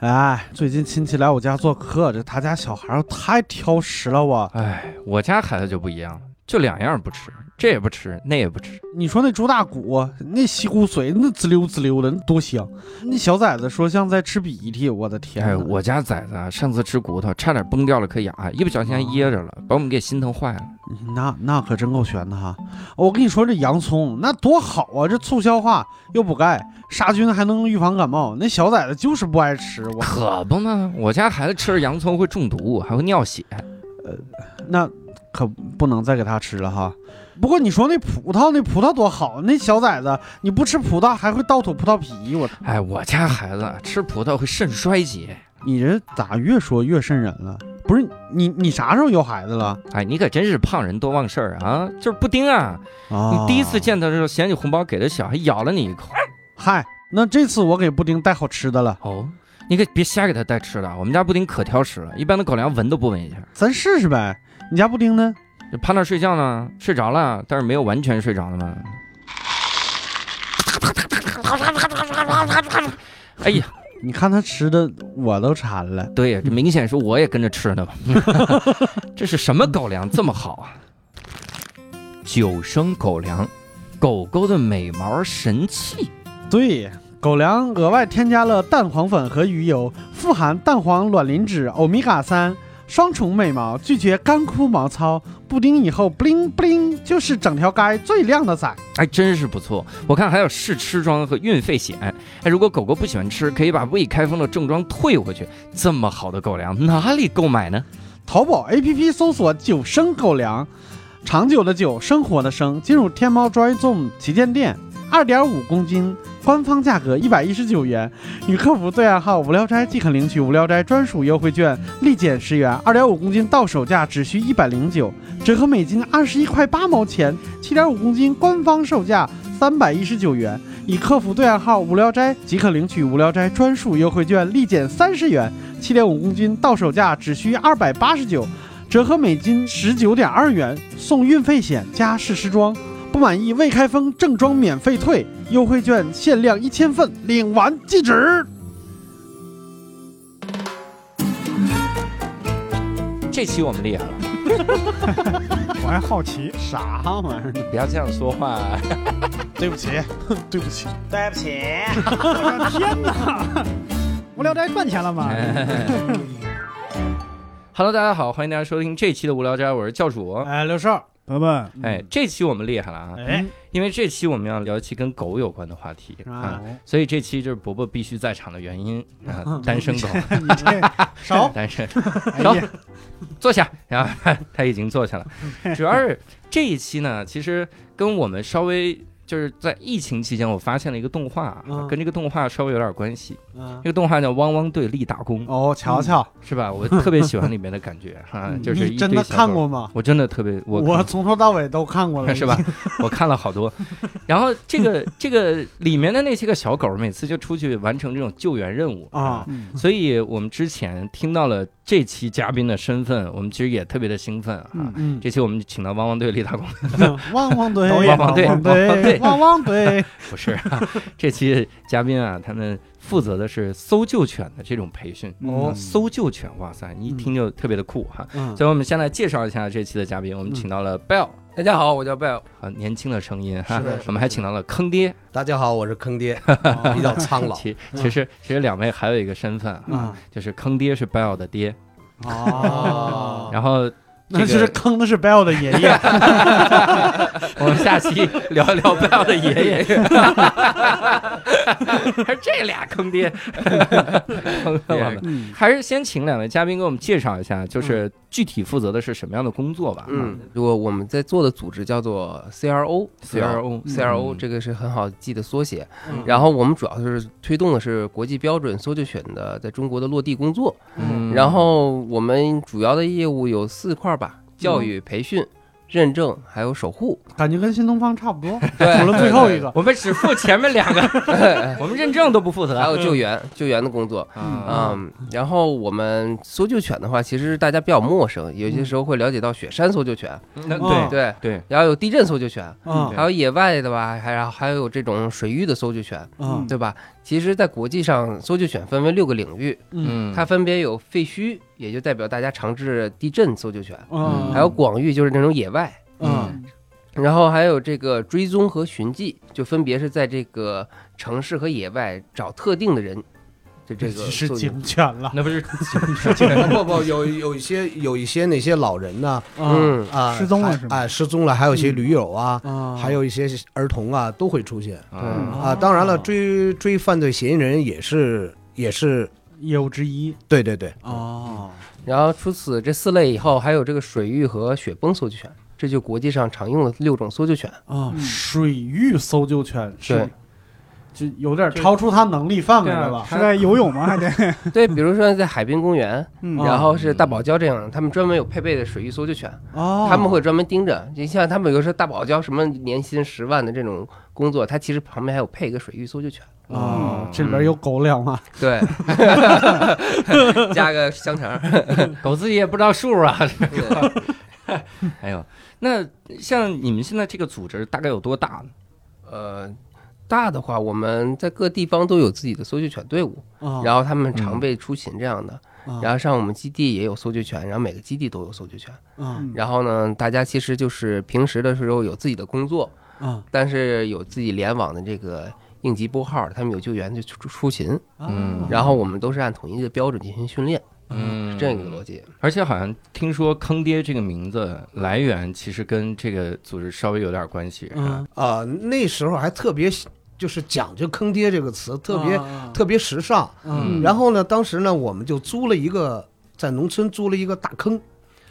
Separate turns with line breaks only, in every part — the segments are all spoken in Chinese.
哎，最近亲戚来我家做客，这他家小孩儿太挑食了我。
哎，我家孩子就不一样了，就两样不吃，这也不吃，那也不吃。
你说那猪大骨，那西湖水，那滋溜滋溜的，那多香！那小崽子说像在吃鼻涕，我的天呐！
哎，我家崽子啊，上次吃骨头差点崩掉了颗牙，一不小心还噎着了，把我们给心疼坏了。
那那可真够悬的哈！我跟你说，这洋葱那多好啊，这促消化又补钙，杀菌还能预防感冒。那小崽子就是不爱吃，我
可不嘛，我家孩子吃了洋葱会中毒，还会尿血。
那可不能再给他吃了哈。不过你说那葡萄，那葡萄多好，那小崽子你不吃葡萄还会倒吐葡萄皮，我
哎，我家孩子吃葡萄会肾衰竭。
你这咋越说越瘆人了？不是你你啥时候有孩子了？
哎，你可真是胖人多忘事儿啊！就是布丁啊，
啊
你第一次见他的时候嫌你红包给的小，还咬了你一口。
嗨，那这次我给布丁带好吃的了，
哦，你可别瞎给他带吃的，我们家布丁可挑食了，一般的狗粮闻都不闻一下。
咱试试呗。你家布丁呢？
就趴那儿睡觉呢，睡着了，但是没有完全睡着了嘛。哎呀，
你看他吃的我都馋了。
对呀，这明显是我也跟着吃 呢嘛。这是什么狗粮这么好啊？九升狗粮，狗狗的美毛神器。
对，狗粮额外添加了蛋黄粉和鱼油，富含蛋黄卵磷脂、欧米伽三，双重美毛，拒绝干枯毛糙。布丁以后 bling bling 就是整条街最靓的仔。
哎，真是不错！我看还有试吃装和运费险。哎，如果狗狗不喜欢吃，可以把未开封的正装退回去。这么好的狗粮，哪里购买呢？
淘宝 APP 搜索“九生狗粮”，长久的久，生活的生，进入天猫 Joy Zone 旗舰店，二点五公斤，官方价格一百一十九元，与客服对暗号“无聊斋”即可领取无聊斋专属优惠券，立减十元，二点五公斤到手价只需一百零九，折合每斤二十一块八毛钱，七点五公斤官方售价三百一十九元。以客服对暗号“无聊斋”即可领取无聊斋专属优惠券，立减三十元，七点五公斤，到手价只需二百八十九，折合每斤十九点二元，送运费险加试吃装。不满意未开封正装免费退，优惠券限量一千份，领完即止。
这期我们厉害了，
我还好奇啥玩意儿呢？
不要这样说话。
对不起， 对不起，
对不起。
天哪！无聊斋赚钱了吗？
哎 Hello，大家好，欢迎大家收听这期的无聊斋，我是教主。
哎，刘少，
伯伯，
哎，这期我们厉害了啊，
哎，
因为这期我们要聊一期跟狗有关的话题啊，
嗯
所以这期就是伯伯必须在场的原因 啊，单身狗，
你这
少，
单 身，
哎
少
呀，
坐下，然后 他已经 坐下了。主要是这一期呢，其实跟我们稍微就是在疫情期间，我发现了一个动画啊
嗯，
跟这个动画稍微有点关系。
嗯
这，个动画叫《汪汪队立大功》，
哦，瞧瞧，
是 吧？我特别喜欢里面的感觉哈，嗯就是
嗯你
一
真
堆
的
小
看
狗
过吗？
我真的特别，我
我从头到尾都看 过了，
是吧？我看了好多，然后这个这个里面的那些个小狗，每次就出去完成这种救援任务
啊。
嗯
所以我们之前听到了这期嘉宾的身份，我们其实也特别的兴奋啊。
嗯
嗯，
这期我们请到汪汪队立大功，
汪汪队，
导演 汪汪队汪汪队
汪汪 队，
不是、啊、这期嘉宾啊，他们负责的是搜救犬的这种培训。
哦
啊搜救犬，哇塞，你一听就特别的酷哈、
嗯
所以我们先来介绍一下这期的嘉宾，我们请到了 Bell，、
大家好，我叫 Bell。
啊，年轻的声音哈、
是的是的
我们还请到了坑爹，
大家好，我是 坑爹，比较苍老。
其
嗯
其实其实两位还有一个身份啊，
啊
就是坑爹是 Bell 的爹，
哦，
然后
那就是坑的是 Bell 的爷爷，
我们下期聊一聊 Bell 的爷 爷，还是这俩坑爹，坑了我们。
嗯
还是先请两位嘉宾给我们介绍一下，就是具体负责的是什么样的工作吧。啊
嗯，如果我们在做的组织叫做 CRO，
，CRO
CRO
嗯
这个是很好记的缩写。
嗯
然后我们主要就是推动的是国际标准搜救犬的在中国的落地工作。
嗯
然后我们主要的业务有四块吧：教育、培训、认证还有守护。
感觉跟新东方差不 多，
对
除了最后一个，
我们只负前面两个，我们认证都不负责。
还有救 援、救援的工作。
啊，
嗯，然后我们搜救犬的话，其实大家比较陌生，有些时候会了解到雪山搜救犬，
那
嗯
对
对，
对，
然后有地震搜救犬，
啊
对
还有野外的吧，还然后还有这种水域的搜救犬，
嗯
嗯
啊
对吧？其实，在国际上，搜救犬分为六个领域，
嗯
嗯，
它分别有废墟，也就代表大家常治地震搜救犬，
哦
嗯，
还有广域，就是那种野外，
嗯
然后还有这个追踪和寻迹，就分别是在这个城市和野外找特定的人。就这个
是
搜救
警犬了，
那不是
不不，有有一些有一些那些老人呢
嗯
嗯，
啊
失踪了
还
是吗
啊失踪了，还有一些驴友啊，
啊
还有一些儿童啊都会出现
啊
啊。当然了，
这
追追犯罪嫌疑人也是也是
业务之一
对对对，
哦，
然后除此这四类以后，还有这个水域和雪崩搜救犬，这就国际上常用的六种搜救犬。
啊，
嗯
水域搜救犬是
对，
就有点超出他能力范围
对啊
了吧？
是在游泳吗？还 得，
对，比如说在海滨公园，
嗯
哦
然后是大堡礁这样，他们专门有配备的水域搜救犬，
哦，
他们会专门盯着。你像他们有时候大堡礁什么年薪十万的这种工作，它其实旁边还有配一个水域搜救犬，
哦，
嗯
这里边有狗粮
啊
吗？
对， 加个香肠，
狗自己也不知道数啊。
对
哎呦，那像你们现在这个组织大概有多大呢？
呃。大的话，我们在各地方都有自己的搜救犬队伍，
嗯
啊，
嗯
然后他们常备出勤这样的，
嗯
然后上我们基地也有搜救犬，然后每个基地都有搜救犬。
啊
嗯
然后呢，大家其实就是平时的时候有自己的工作，
嗯
啊
但是有自己联网的这个应急拨号，他们有救援就出出勤，
嗯
然后我们都是按统一的标准进行训练，
嗯
是这样一个逻辑。
而且好像听说“坑爹”这个名字来源其实跟这个组织稍微有点关系。
嗯，
啊，那时候还特别就是讲究“坑爹”这个词，特别
啊
特别时尚。
嗯
然后呢，当时呢，我们就租了一个在农村租了一个大坑，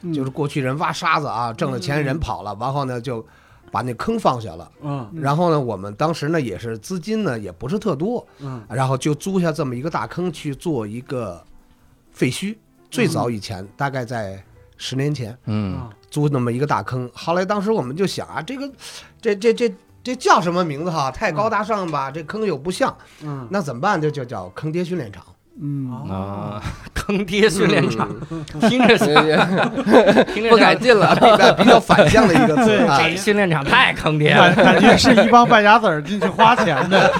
嗯
就是过去人挖沙子啊，挣了钱人跑了，完后呢就把那坑放下了。
嗯
然后呢，我们当时呢也是资金呢也不是特多，
嗯
然后就租下这么一个大坑去做一个废墟。
嗯
最早以前，大概在十年前
嗯
租那么一个大坑。后来当时我们就想啊，这个这这这这叫什么名字哈？太高大上了吧，这坑又不像，
嗯
那怎么办？就就叫坑爹训练场。
嗯，
啊，坑爹训练场，
嗯
听着像听着
不敢进了，
哎比较反向的一个词啊。
这训练场太坑爹了。
感感觉是一帮败家子儿进去花钱的，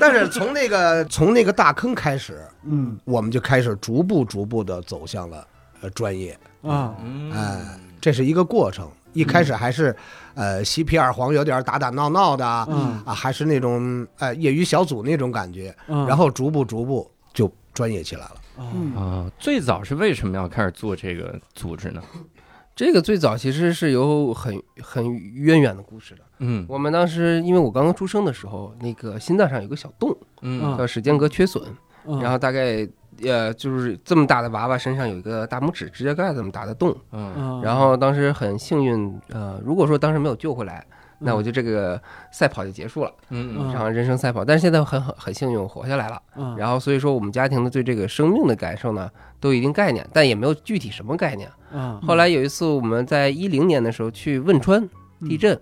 但是从那个从那个大坑开始，
嗯
我们就开始逐步逐步的走向了呃专业，
啊
嗯
哎，这是一个过程。一开始还是呃嬉皮二黄，有点打打闹闹的啊，
嗯
啊还是那种呃业余小组那种感觉，
嗯，
然后逐步逐步就专业起来了。
嗯
啊，最早是为什么要开始做这个组织呢？
这个最早其实是有很很渊源的故事的。
嗯
我们当时因为我刚刚出生的时候，那个心脏上有个小洞，
嗯
叫室间隔缺损，
嗯，
然后大概呃就是这么大的娃娃身上有一个大拇指指甲盖这么大的洞，
嗯
嗯
然后当时很幸运，呃，如果说当时没有救回来，那我就这个赛跑就结束了，
嗯
这场人生赛跑。但是现在很很很幸运，我活下来了。
嗯
然后所以说我们家庭的对这个生命的感受呢，都有一定概念，但也没有具体什么概念。
嗯嗯
后来有一次我们在一零年的时候去汶川地震，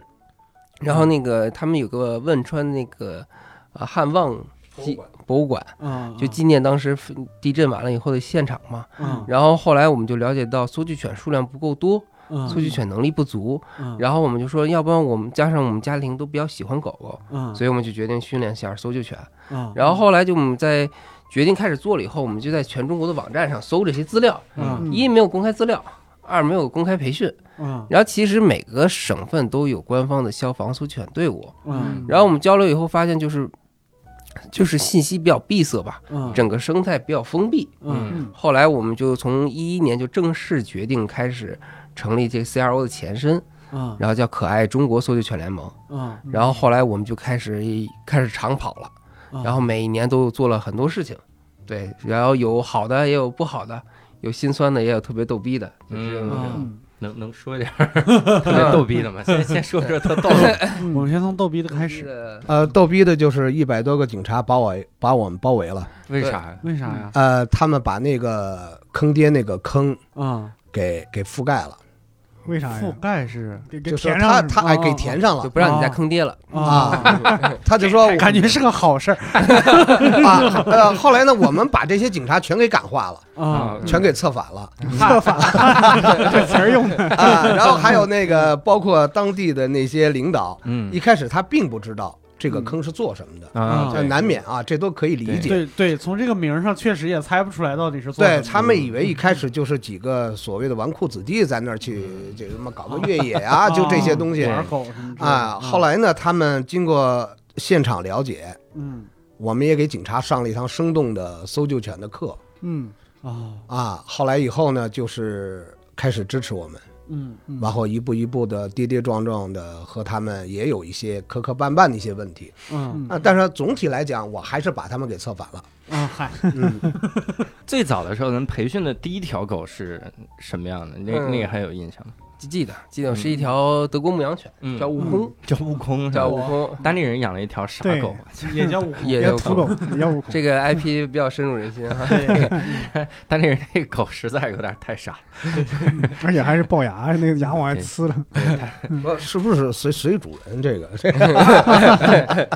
然后那个他们有个汶川那个呃汉望纪博物馆，
嗯
就纪念当时嗯地震完了以后的现场嘛。
嗯
然后后来我们就了解到搜救犬数量不够多，
嗯
搜救犬能力不足，
嗯
然后我们就说，要不然我们加上我们家庭都比较喜欢狗狗，
嗯
所以我们就决定训练一下搜救犬。
嗯
然后后来就我们在决定开始做了以后，我们就在全中国的网站上搜这些资料，
嗯
一没有公开资料，二没有公开培训。
嗯
然后其实每个省份都有官方的消防搜救犬队伍。
嗯
然后我们交流以后发现，就是就是信息比较闭塞吧，
嗯
整个生态比较封闭。
嗯
啊
后来我们就从一一年就正式决定开始成立这个 CRO 的前身，
嗯
然后叫可爱中国搜救犬联盟。
嗯
然后后来我们就开始开始长跑了，
嗯
然后每一年都做了很多事情，对，然后有好的也有不好的，有心酸的也有特别逗逼的，就是
嗯
嗯，
能能说 点儿
啊
特别逗逼的吗？先先说 说特 逗的。
嗯我们先从逗逼的开始，
是
呃，逗逼的就是一百多个警察把我把我们包围了。
为啥呀？
为啥呀？
呃，他们把那个坑爹那个坑
嗯
啊，
给给覆盖了，
为啥
覆
呀？
盖是
给给
就是
填
他
上
他
吗
哎
哦
给填上
就
了
不让你再坑爹了，
啊，
他就说
感觉是个好事儿
啊 呃后来呢，我们把这些警察全给感化了，
啊
嗯
全给策反了
策反，这词 儿用的，
啊，然后还有那个包括当地的那些领导，
嗯
一开始他并不知道这个
嗯
坑是做什么的，
啊
这
对
难免啊，这都可以理解。
对对，从这个名儿上确实也猜不出来到底是做什
对
么的嗯
他们以为一开始就是几个所谓的纨绔子弟在那儿去这什么搞个越野 啊，就这些东西
啊嗯玩狗什么之类的
啊。后，来呢，他们经过现场了解，
嗯
我们也给警察上了一堂生动的搜救犬的课
嗯
哦
啊。后来以后呢，就是开始支持我们，
嗯
嗯，
然后一步一步的跌跌撞撞的和他们也有一些磕磕绊绊的一些问题
嗯
啊。但是总体来讲，我还是把他们给策反了。
啊嗨，
嗯，
最早的时候，咱们培训的第一条狗是什么样的？那
嗯
那个还有印象吗？
记记得记得是一条德国牧羊犬，
哦嗯，
叫悟空，
叫悟空，
叫悟。空。
当地人养了一条傻
对
狗，
也叫五
也
也
叫
土狗，也悟空，
这个 IP 比较深入人心啊。
当地人那狗实在有点太傻了。
而且还是龅牙，那个牙往外呲了。
不呃是不是随随主人这个？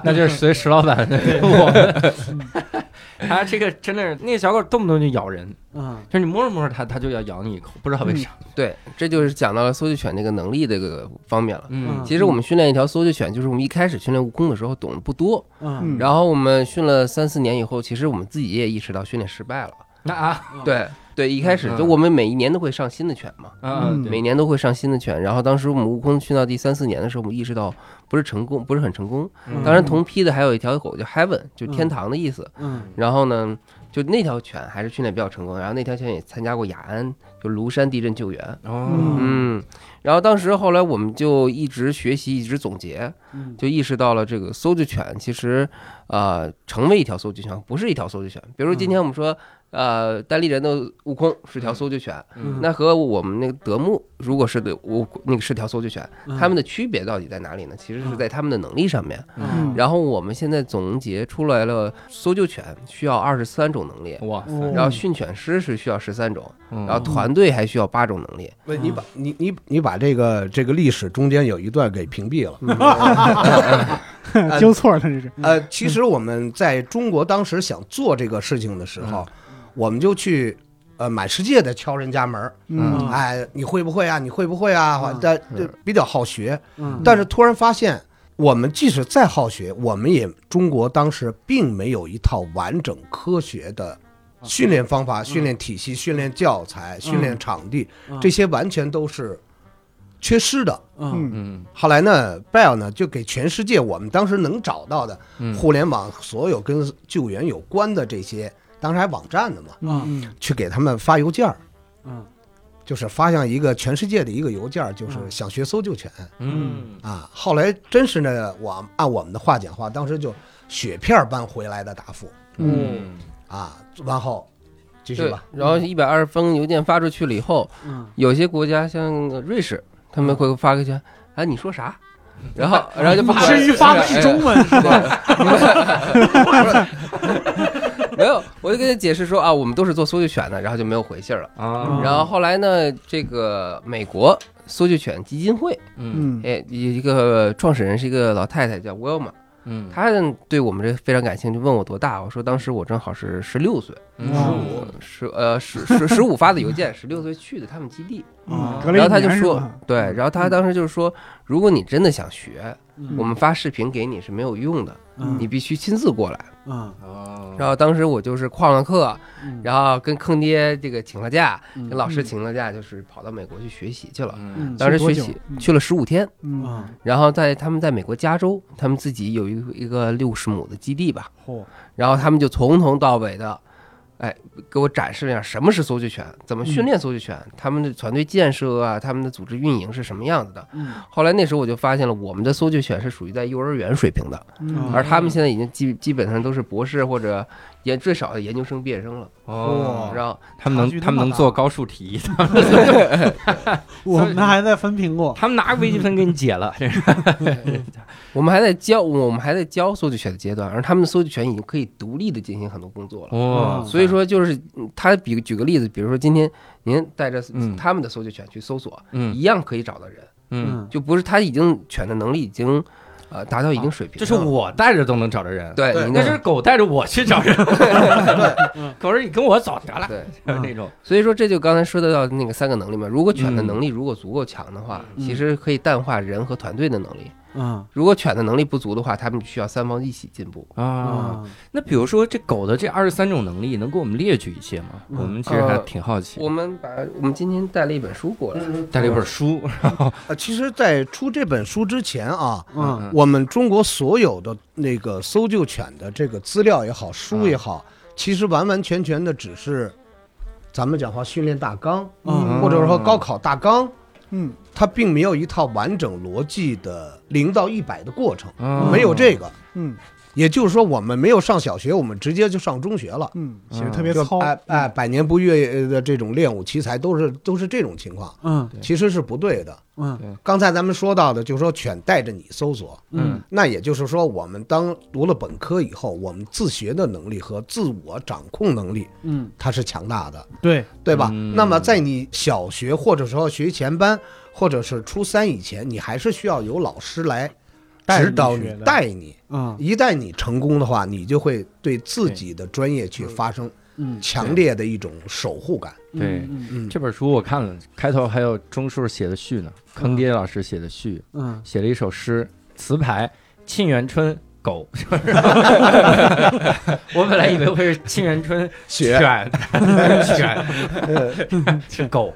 那就是随石老 板的我们， 他这个真的是那小狗动不动就咬人，
嗯
就是你摸着摸着它，它就要咬你一口，不知道为啥。
对，这就是讲到了搜救犬这个能力这个方面了。
嗯，
其实我们训练一条搜救犬，就是我们一开始训练悟空的时候懂得不多，
嗯
然后我们训了三四年以后，其实我们自己也意识到训练失败了。
那啊，
嗯
对对，一开始
嗯
就我们每一年都会上新的犬嘛，
嗯，
嗯
每年都会上新的犬。然后当时我们悟空训到第三四年的时候，我们意识到不是成功，不是很成功。
嗯
当然同批的还有一条狗叫 Heaven，就天堂的意思。
嗯
然后呢，就那条犬还是训练比较成功，然后那条犬也参加过雅安就庐山地震救援。
哦，
嗯，然后当时后来我们就一直学习，一直总结，
嗯
就意识到了这个搜救犬其实，呃，成为一条搜救犬不是一条搜救犬。比如说今天我们说，呃，单立人的悟空是条搜救犬，
嗯
那和我们那个德牧如果是的悟那个是条搜救犬，
嗯
它们的区别到底在哪里呢？其实是在它们的能力上面。
嗯
然后我们现在总结出来了，搜救犬需要二十三种能力，
嗯哇塞，
哦
然后训犬师是需要十三种，
嗯然
然后团队还需要八种能力。
不，你把你你你把这个这个历史中间有一段给屏蔽了。
纠错了，这是
呃，其实我们在中国当时想做这个事情的时候，我们就去呃满世界的敲人家门儿，
嗯
哎，你会不会啊？你会不会啊？
嗯
但这比较好学，
嗯
但是突然发现，我们即使再好学，我们也中国当时并没有一套完整科学的。训练方法、训练体系、训练教材、训练场地，这些完全都是缺失的。
嗯
嗯
嗯
后来呢，Bell 呢就给全世界我们当时能找到的
嗯
互联网所有跟救援有关的这些，当时还网站的嘛，
嗯
去给他们发邮件儿，
嗯
就是发向一个全世界的一个邮件儿，就是
嗯
想学搜救犬
嗯
啊。后来真是呢，我按我们的话讲话，当时就雪片儿般回来的答复
嗯，
啊。然后继续
对
吧，，
然后一百二十封邮件发出去了以后，
嗯
有些国家像瑞士，他们会发过去，哎，你 说啥？然后，然后就不管
至于发的是中
哎
文是吧？
没有，我就跟他解释说啊，我们都是做搜救犬的，然后就没有回信儿了。
啊，
嗯
然后后来呢，这个美国搜救犬基金会，
嗯
嗯
哎，有一个创始人是一个老太太叫 Wilma，
嗯，
她对我们这非常感兴趣，问我多大，我说当时我正好是十六岁，
嗯
十呃十十十五发的邮件，十六岁去的他们基地，
嗯，隔了一
然后他就
年是
说
吧，
对，然后他当时就是说，如果你真的想学，
嗯
我们发视频给你是没有用的，
嗯
你必须亲自过来。
嗯
哦，
然后当时我就是旷了课，
嗯
然后跟坑爹这个请了假，
嗯
跟老师请了假，就是跑到美国去学习去了。
嗯
当时学
去多
习
久嗯
去了十五天，
嗯
嗯
然后在他们在美国加州，他们自己有一个一个六十亩的基地吧，
嚯
然后他们就从头到尾的，哎，给我展示了一下什么是搜救犬，怎么训练搜救犬，
嗯
他们的团队建设啊，他们的组织运营是什么样子的。
嗯
后来那时候我就发现了，我们的搜救犬是属于在幼儿园水平的，
嗯
而他们现在已经基基本上都是博士或者研最少的研究生毕业生了。
嗯
哦，
然后
他们能他们能做高数题，
我们还在分苹果，
他们拿微积分给你解了， 这是
我们还在教，我们还在教搜救犬的阶段，而他们的搜救犬已经可以独立的进行很多工作了。
哇
嗯
所以说，就是嗯他比举个例子，比如说今天您带着
嗯
他们的搜救犬去搜索，
嗯
一样可以找到人，
嗯，
嗯
就不是他已经犬的能力已经呃达到一定水平
啊
了。
就是我带着都能找着人，，
对
对
您
那
的
就是狗带着我去找 人，狗说你跟我走得了，
对，
就是那种，
所以说这就刚才说得到的那个三个能力嘛。如果犬的
嗯
能力如果足够强的话，
嗯
其实可以淡化人和团队的能力。
嗯
如果犬的能力不足的话，它们需要三方一起进步。
啊。
啊，
那比如说这狗的这二十三种能力，能给我们列举一些吗？
嗯
我们其实还挺好奇。
我们把我们今天带了一本书过来，
带了一本书，
呃，其实，在出这本书之前啊，
嗯
我们中国所有的那个搜救犬的这个资料也好，
啊
书也好，其实完完全全的只是咱们讲话训练大纲，
嗯
或者说高考大纲，
啊嗯，
它并没有一套完整逻辑的零到一百的过程，
嗯
没有这个。
啊嗯
也就是说，我们没有上小学，我们直接就上中学了。
嗯，
啊
写的特别
就
糙，
哎哎，百年不遇的这种练武奇才都是都是这种情况，
嗯
对
其实是不对的。
嗯
刚才咱们说到的，就是说犬带着你搜索，
嗯
那也就是说，我们当读了本科以后，我们自学的能力和自我掌控能力，
嗯，
它是强大的，
对，
对吧？
嗯
那么在你小学或者说学前班，或者是初三以前，你还是需要有老师来指
带
导你
你学、的
带你。
嗯
一旦你成功的话，你就会对自己的专业去发生
嗯，
强烈的一种守护感。
对
嗯
嗯，
这本书我看了，开头还有钟叔写的序呢，坑爹老师写的序，
嗯，
写了一首诗，词牌《沁园春》。狗， 我本来以为会是沁园春
学
犬犬是狗，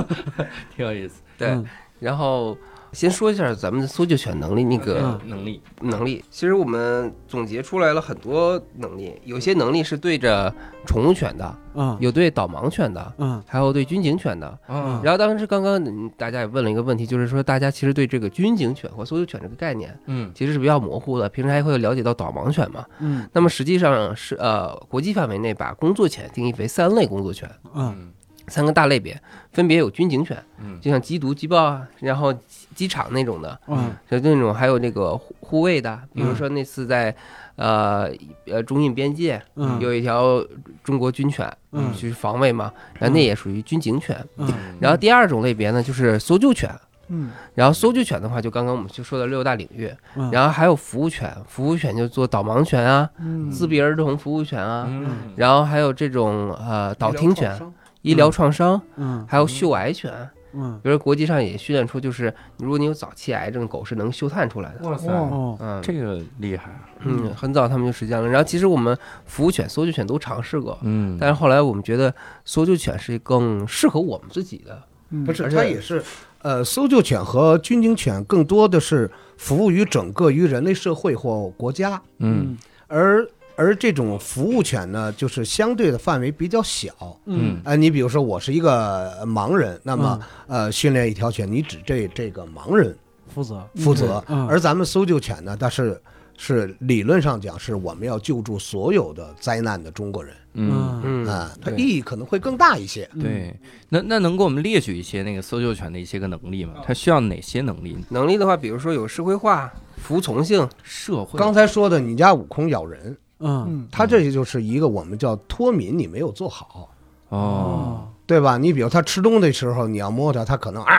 挺有意思。
对，然后先说一下咱们的搜救犬能力那个
嗯
能力，
能力。其实我们总结出来了很多能力，有些能力是对着宠物犬的，
嗯
有对导盲犬的，
嗯
还有对军警犬的。
嗯
然后当时刚刚嗯大家也问了一个问题，就是说大家其实对这个军警犬和搜救犬这个概念
嗯
其实是比较模糊的，平时还会了解到导盲犬嘛。
嗯
那么实际上是呃，国际范围内把工作犬定义为三类工作犬，
嗯
三个大类别，分别有军警犬，
嗯
就像缉毒、缉豹啊，然后机机场那种的，
嗯
就那种还有那个护护卫的，比如说那次在，呃呃中印边界
嗯
有一条中国军犬
嗯
去防卫嘛，
嗯
然后那也属于军警犬。
嗯
然后第二种类别呢就是搜救犬，
嗯
然后搜救犬的话就刚刚我们就说的六大领域，
嗯，
然后还有服务犬，服务犬就做导盲犬啊、
嗯，
自闭儿童服务犬啊，
嗯
然后还有这种呃导听犬、医
疗
疗创伤，
嗯
还有嗅癌犬。
嗯
比如国际上也训练出，就是如果你有早期癌症，狗是能嗅探出来的。
哇塞，
哦
哦
嗯，
这个厉害啊！
嗯，很早他们就实践了。然后其实我们服务犬、搜救犬都尝试过，
嗯
但是后来我们觉得搜救犬是更适合我们自己的。
嗯
不是，
而且
它也是，呃，搜救犬和军警犬更多的是服务于整个于人类社会或国家，
嗯
而而这种服务犬呢，就是相对的范围比较小。
嗯
呃，你比如说我是一个呃盲人，那么、呃，训练一条犬，你只对这个盲人
负责
负责，
嗯
而咱们搜救犬呢，它是是理论上讲是我们要救助所有的灾难的中国人
嗯，
嗯，
啊、它
对
意义可能会更大一些。
嗯
对。那那能给我们列举一些那个搜救犬的一些个能力吗？它需要哪些能力？
能力的话，比如说有社会化、服从性，
社会
刚才说的，你家悟空咬人，
嗯
嗯
他这就是一个我们叫脱敏，你没有做好，
哦，
对吧？你比如他吃东西的时候，你要摸它，它可能啊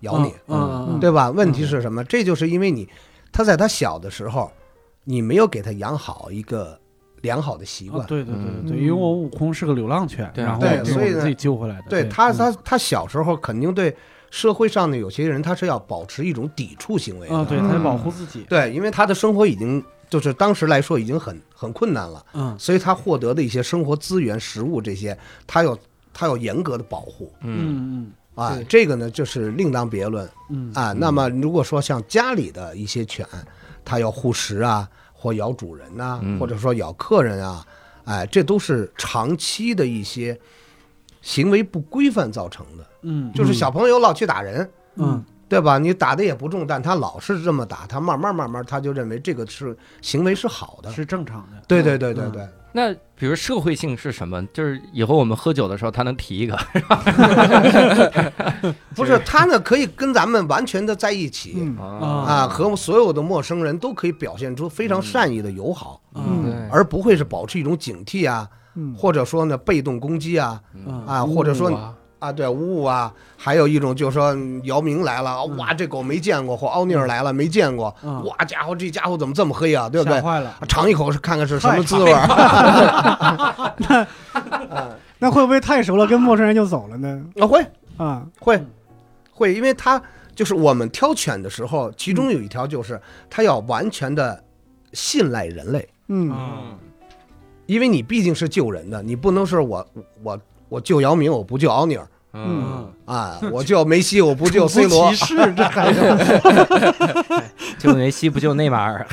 咬你，
嗯
对吧？问题是什么？这就是因为你，他在他小的时候，你没有给他养好一个良好的习惯。
对对对对，因为我悟空是个流浪犬，然后自己救回来的，
对他，他他小时候肯定对社会上的有些人，他是要保持一种抵触行为的。
啊，对
嗯
他得保护自己，
对因为他的生活已经就是当时来说已经很很困难了，
嗯
所以他获得的一些生活资源、食物这些，他要他要严格的保护。
嗯
嗯
啊
对，
这个呢就是另当别论
嗯
啊。那么如果说像家里的一些犬，它要护食啊，或咬主人呐、
嗯
或者说咬客人啊，哎，这都是长期的一些行为不规范造成的。
嗯
就是小朋友老去打人，
嗯
对吧？你打的也不重，但他老是这么打，他慢慢慢慢他就认为这个是行为是好的。
是正常的，
对对对对
嗯
对，
那比如社会性是什么？就是以后我们喝酒的时候，他能提一个。
不是他呢可以跟咱们完全的在一起。
嗯
哦
啊
啊，和所有的陌生人都可以表现出非常善意的友好，
嗯
对
而不会是保持一种警惕啊，
嗯
或者说呢被动攻击啊
嗯
啊，或者
服务
说
啊
啊对呜呜啊，还有一种就是说嗯姚明来了，哇这狗没见过，或奥尼尔来了没见过，
嗯
哇家伙这家伙怎么这么黑啊，对不
吓
对？
坏了，
尝一口是看看是什么滋味儿，
那会不会太熟了，跟陌生人就走了呢？
啊会
啊，
会会，因为他就是我们挑犬的时候，
嗯
其中有一条就是它要完全的信赖人类，
嗯
嗯，
因为你毕竟是救人的，你不能是我我我救姚明，我不救奥尼尔
嗯，
啊，我救梅西，我不救 C 罗
种族歧，视这还是
就梅西不就内马尔。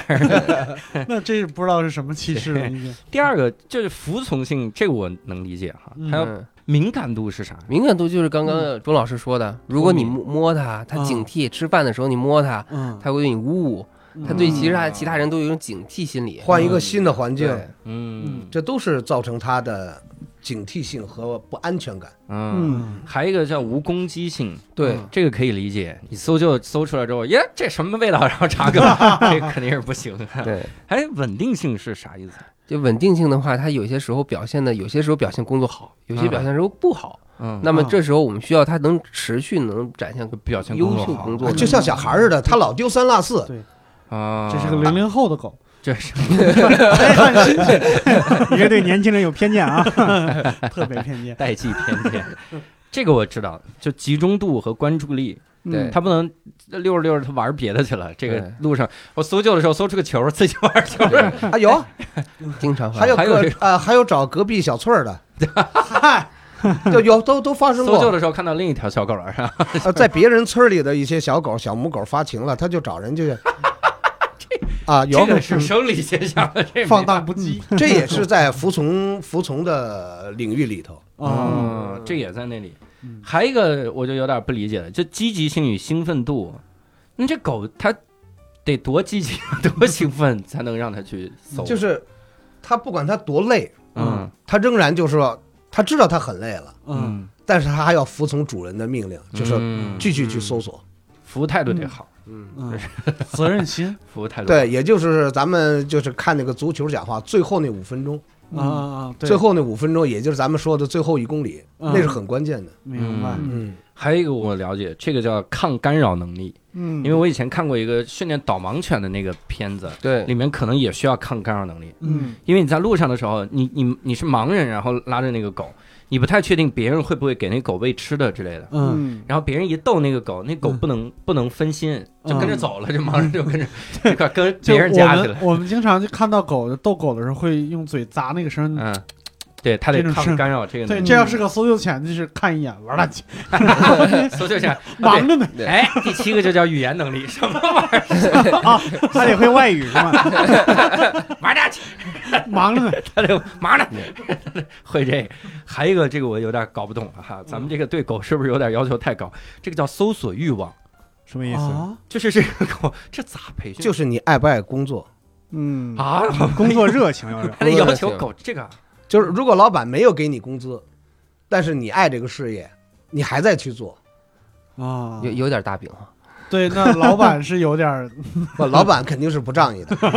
那这不知道是什么歧视了已经。
第二个就是服从性，这个我能理解哈。
嗯
还有
嗯
敏感度是啥？
敏感度就是刚刚钟老师说的，如果你
聪
摸摸它，它
啊
警惕；吃饭的时候你摸它，
嗯，
它会对你呜呜。它对其他其他人都有一种警惕心理。
换一个新的环境，
对，
嗯
这都是造成它的警惕性和不安全感。
嗯，
嗯
还有一个叫无攻击性，
对
这个可以理解。你搜就搜出来之后，耶，这什么味道？然后查个，这肯定是不行的。
对，
哎，稳定性是啥意思？
就稳定性的话，它有些时候表现的，有些时候表现工作好，有些表现时候不好。
嗯，
那么
啊
这时候我们需要它能持续能展现
表现
优
工作
秀
好
工作
啊
能力，
就像小孩儿似的，他老丢三落四
对，
啊，
这是个零零后的狗，
这是
哎很新
哎
鲜你这对年轻人有偏见 啊！
特别偏见。
代际偏见。 这个我知道，就集中度和关注力，
对
他不能溜着溜着他玩别的去了。这个
对
路上，我搜救的时候搜出个球，自己玩球。
啊，有啊
经常发
还有
嗯哎还有
个
这
啊，还有找隔壁小翠 儿的，嗨，就有都都发生
搜救
过，
的时候看到另一条小狗了，是吧？
呃，在别人村儿里的一些小狗、小母狗发情了，他就找 人家去啊，有
这个是生理现象，这没
放荡不羁
嗯
这也是在服从服从的领域里头，
哦
啊，
嗯，这也在那里
嗯。
还有一个我就有点不理解了，就积极性与兴奋度，那这狗它得多积极、 多兴奋才能让它去搜？
就是他不管他多累，
嗯
他仍然就是说他知道他很累了，
嗯，
但是他还要服从主人的命令，就是
嗯
继续去搜索。
服务态度得好，
嗯，
嗯，责任心
服务态度
嗯对，也就是咱们就是看那个足球讲话，最后那五分钟，
啊啊，啊对
嗯最后那五分钟，也就是咱们说的最后一公里，
嗯
那是很关键的。
明白，
嗯
嗯，
还有一个我了解，这个叫抗干扰能力，
嗯
因为我以前看过一个训练导盲犬的那个片子，
对
里面可能也需要抗干扰能力，
嗯
因为你在路上的时候，你你你是盲人，然后拉着那个狗，你不太确定别人会不会给那狗喂吃的之类的。
嗯，
然后别人一逗那个狗，那狗
嗯
不能不能分心，就跟着
嗯
走了，这盲人就跟着就快跟
就
别人
我
家去了
们。 我们经常就看到狗逗狗的时候，会用嘴砸那个声儿。
嗯，对他得
这种
抗
是
干扰这个
对，
能力。
这要是个搜救犬，就是看一眼玩儿去，
啊搜救犬，
忙 着呢，
哎，第七个就叫语言能力，什么玩意儿？
啊，他得会外语是 吗？
玩大去。
忙着呢。
他这嘛呢？会这个，还有一个这个我有点搞不懂了哈，咱们这个对狗是不是有点要求太高？这个叫搜索欲望，
什么意思？
啊，
就是这个狗这咋培训？
就是你爱不爱工作，
嗯，
啊，
工作热情 要是
还得要求狗这个
就是如果老板没有给你工资，但是你爱这个事业，你还在去 做，
啊
有，有点大饼啊，
对，那老板是有点
嗯
儿，
不，老板肯定是不仗义的。
不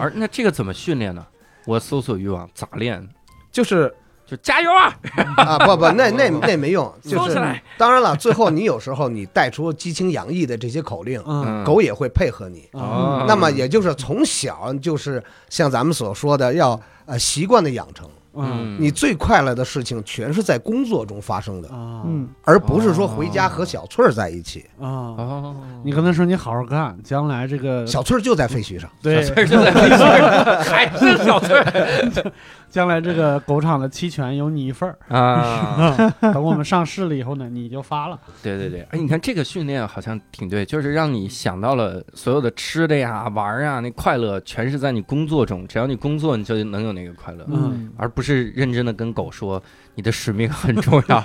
而那这个怎么训练呢？我搜索欲望咋练？
就是
就加油啊，
啊，不不， 那那那没用，就
搜起
是
来！
当然了，最后你有时候你带出激情洋溢的这些口令，
嗯，
狗也会配合你。
啊
哦
那么也就是从小就是像咱们所说的要呃习惯的养成，
嗯
你最快乐的事情全是在工作中发生的，
啊，
嗯，
而不是说回家和小翠儿在一起。
啊，
哦，
你跟他说你好好干，将来这个
小翠儿就在废墟上，
对，
小翠儿就在那儿还是小翠儿
将来这个狗场的期权有你一份 儿。
啊？
嗯等我们上市了以后呢，你就发了。
对对对，哎，你看这个训练好像挺对，就是让你想到了所有的吃的呀、玩儿啊，那快乐全是在你工作中。只要你工作，你就能有那个快乐，
嗯
而不是认真的跟狗说你的使命很重要，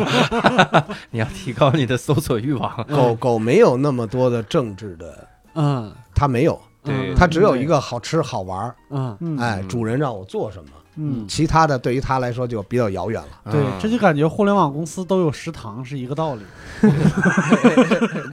你要提高你的搜索欲望。
狗狗没有那么多的政治的，
嗯，
它没有，
对
它只有一个好吃好玩儿，
嗯
嗯
哎，
嗯
主人让我做什么，
嗯，
其他的对于它来说就比较遥远了，
嗯
啊
对，这就感觉互联网公司都有食堂是一个道理。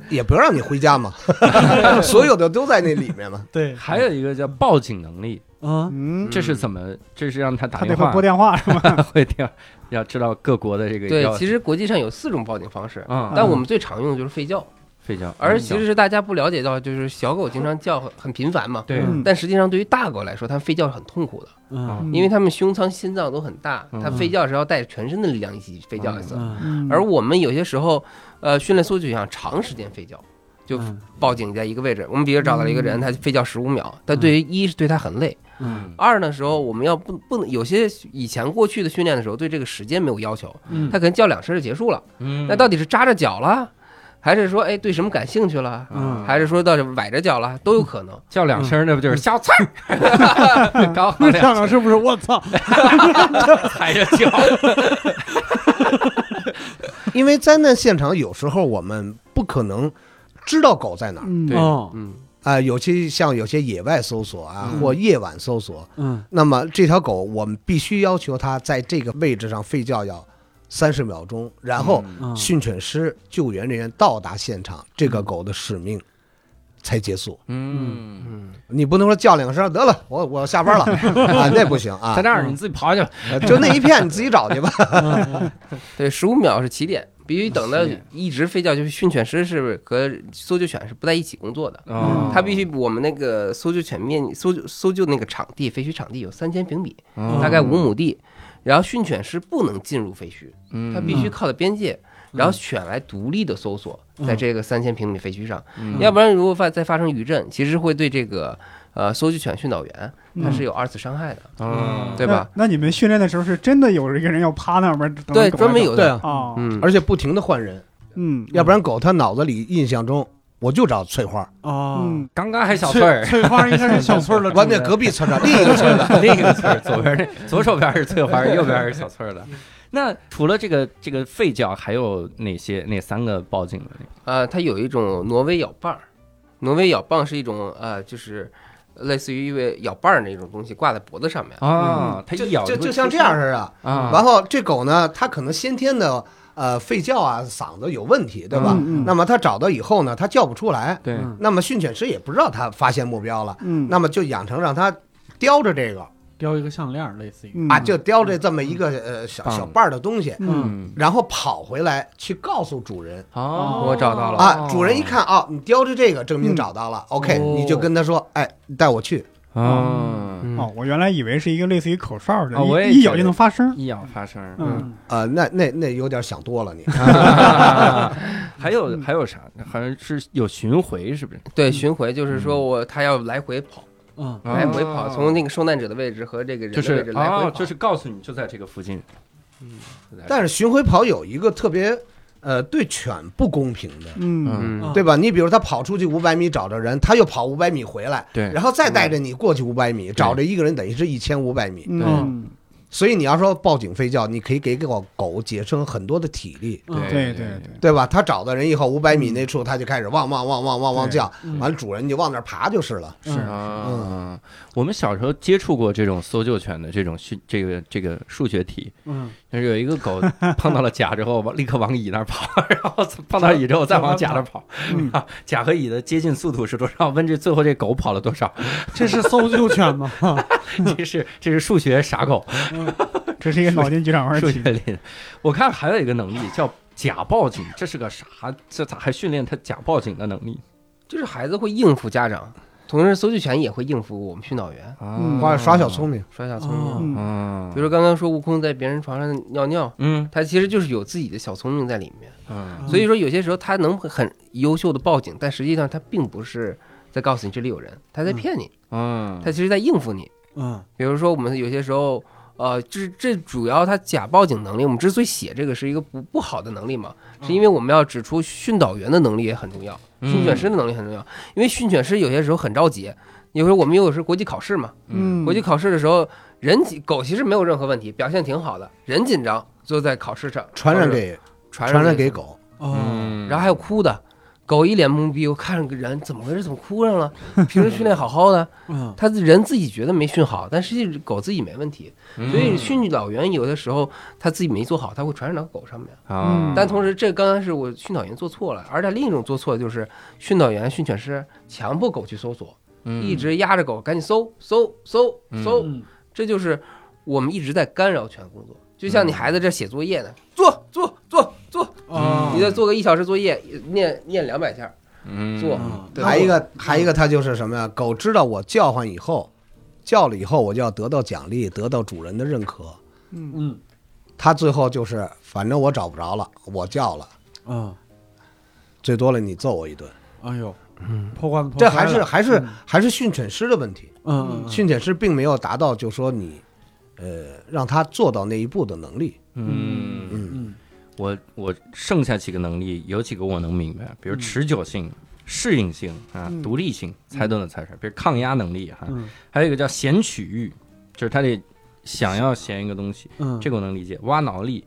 也不让你回家嘛， 所有的都在那里面嘛。
对，
还有一个叫报警能力，
啊，
嗯，
这是怎么？这是让他打
他得
电
会
话
拨，电话是吗？
会听，要知道各国的这个
对
要，
其实国际上有四种报警方式，
啊嗯
但我们最常用的就是吠叫，
吠叫，
而其实是大家不了解到，就是小狗经常叫很很频繁嘛，
对，
嗯
但实际上对于大狗来说，它们吠叫是很痛苦的，
嗯
因为它们胸腔、心脏都很大，
嗯
它吠叫是要带着全身的力量一起吠叫一次。
嗯
嗯
而我们有些时候，呃，训练搜救想长时间吠叫，就
嗯
报警在一个位置，我们比如找到了一个
嗯
人，他吠叫十五秒，但对于一是对他很累，
嗯
二呢时候我们要不不能有些以前过去的训练的时候对这个时间没有要求，
嗯
他可能叫两声就结束了，
嗯。
那到底是扎着脚了，还是说哎对什么感兴趣了，
嗯
还是说到底崴着脚了，都有可能
叫两声，那 不就是小 菜儿？
刚好
那
两
上场是不是？我操！
踩着脚，
因为灾难现场有时候我们不可能知道狗在哪儿
嗯
对
哦，
嗯
啊、有些像有些野外搜索啊，
嗯
或夜晚搜索，
嗯
那么这条狗我们必须要求它在这个位置上吠叫要三十秒钟， 然后
嗯
训犬师、救援人员到达现场，这个狗的使命才结束。
嗯，
嗯，
你不能说叫两声得了，我我下班了啊，那不行啊
在，那儿你自己跑去吧。
就那一片你自己找去吧。
对，十五秒是起点，必须等到
起点
一直吠叫，就是训犬师是和搜救犬是不在一起工作的。
哦
他必须，我们那个搜救犬面搜救搜救那个场地，废墟场地有三千平米，
嗯
大概五亩地。然后训犬师不能进入废墟，
嗯
它必须靠的边界，然后犬来独立的搜索
嗯
在这个三千平米废墟上。
嗯
要不然，如果发再发生余震，其实会对这个呃搜救犬训导员
嗯
他是有二次伤害的，
嗯
对吧？
那那你们训练的时候是真的有一个人要趴那边等着
对，
狗来
专门
找
有的，
啊，
啊，
哦
嗯，
而且不停的换人，
嗯，
要不然狗它脑子里印象中我就找翠花，
哦，
嗯，
刚刚还小翠
翠
儿，
翠花应该是小翠儿的主人，
完那隔壁村长另一个村 长。
另一个翠儿，左边 那左手边是翠花，右边是小翠儿的。那除了这个这个吠叫，还有哪些哪三个报警的？
呃，它有一种挪威咬棒儿，挪威咬棒是一种呃，就是类似于一个咬棒儿那种东西挂在脖子上面，
啊，它一咬
就
会
就像这样似的。
啊，
然后这狗呢，它可能先天的呃吠叫啊嗓子有问题，对 吧？
嗯嗯
那么它找到以后呢，它叫不出来，
对，
嗯
那么训犬师也不知道它发现目标了，
嗯，
那么就养成让它叼着这个
叼一个项链儿，类似于
嗯
啊，就叼着这么一个呃小
棒
小瓣儿的东西，
嗯
嗯，
然后跑回来去告诉主人。
哦，嗯
我找到了
啊！主人一看啊，你叼着这个，证明找到了。OK，
哦
你就跟他说，哎，你带我去。
啊，
嗯
哦，我原来以为是一个类似于口哨的
啊，我也
一一
觉
咬
得
就能发声。
一咬发声儿。
嗯，
呃，那那那有点想多了你。
啊还有
嗯
还有啥？好像是有巡回，是不是？
对，巡回就是
嗯
说我它要来回跑，
嗯
哎
来回跑，从那个受难者的位置和这个人
哦就
的位
是
置来回跑，
哦，就是告诉你就在这个附近。嗯，
但是巡回跑有一个特别，呃，对犬不公平的，
嗯
嗯，
嗯
对吧？你比如他跑出去五百米找着人，他又跑五百米回来，
对
然后再带着你过去五百米，找着一个人等于是一千五百米。
嗯，
所以你要说报警吠叫，你可以给狗狗节省很多的体力，
对对对，
对吧？它找到人以后，五百米那处它就开始汪汪汪汪汪汪叫，
嗯
完了主人就往那儿爬就是了。
嗯
是
嗯
啊，我们小时候接触过这种搜救犬的这种训，这个这个数学题，
嗯，
就是有一个 狗碰到了甲之后，往立刻往乙那儿跑，然后碰到乙之后再往甲那儿跑，
嗯
啊甲和乙的接近速度是多少？问这最后这狗跑了 多少？
这是搜救犬吗？
这是这是数学傻狗，
这是一个脑筋急转弯
数
题
学。里的。我看还有一个能力叫假报警，这是个啥？这咋还训练他假报警的能力
就是孩子会应付家长，同时搜救犬也会应付我们训导员，
嗯
花耍小聪明，
耍啊小聪明。
哦
嗯
哦嗯，
比如说刚刚说悟空在别人床上尿尿，
嗯
他其实就是有自己的小聪明在里面。
嗯
所以说有些时候他能很优秀的报警，但实际上他并不是在告诉你这里有人，他在骗你，
嗯，
他其实在应付你。
嗯
比如说我们有些时候，呃，这这主要他假报警能力，我们之所以写这个是一个不不好的能力嘛，是因为我们要指出训导员的能力也很重要，
嗯
训犬师的能力很重要，因为训犬师有些时候很着急，有时候我们有时候国际考试嘛，
嗯，
国际考试的时候。人紧狗其实没有任何问题，表现挺好的。人紧张，最后在考试上
传染给
传
传
染
染给狗。
哦，
嗯
然后还有哭的，狗一脸懵逼，我看着个人怎么回事，怎么哭上了？平时训练好好的，
嗯
他人自己觉得没训好，但实际狗自己没问题，
嗯
所以训导员有的时候他自己没做好，他会传染到狗上面。
啊，
嗯但同时，这刚刚是我训导员做错了，而在另一种做错就是训导员、训犬师强迫狗去搜索，
嗯
一直压着狗赶紧搜搜搜搜，
嗯
这就是我们一直在干扰犬工作。就像你孩子这写作业呢，做做做做
嗯
哦
你再做个一小时作业，念念两百下，
嗯
做对吧
还一个还一个，它就是什么呀？狗知道我叫唤以后，叫了以后，我就要得到奖励，得到主人的认可。
嗯，
嗯
它最后就是，反正我找不着了，我叫了，
啊，
最多了你揍我一顿。
哎呦，破罐子破
这
摔
还是
了
还是
嗯
还是训犬师的问题。
嗯嗯嗯
训犬师并没有达到，就说你，呃，让他做到那一步的能力。
嗯，
嗯
我我剩下几个能力，有几个我能明白，比
嗯
如持久性、适应性啊、
嗯
独立性，猜都能猜出来。比如抗压能力哈，
嗯
还有一个叫衔取欲，就是他得想要衔一个东西，
嗯，
这个我能理解。挖挠力，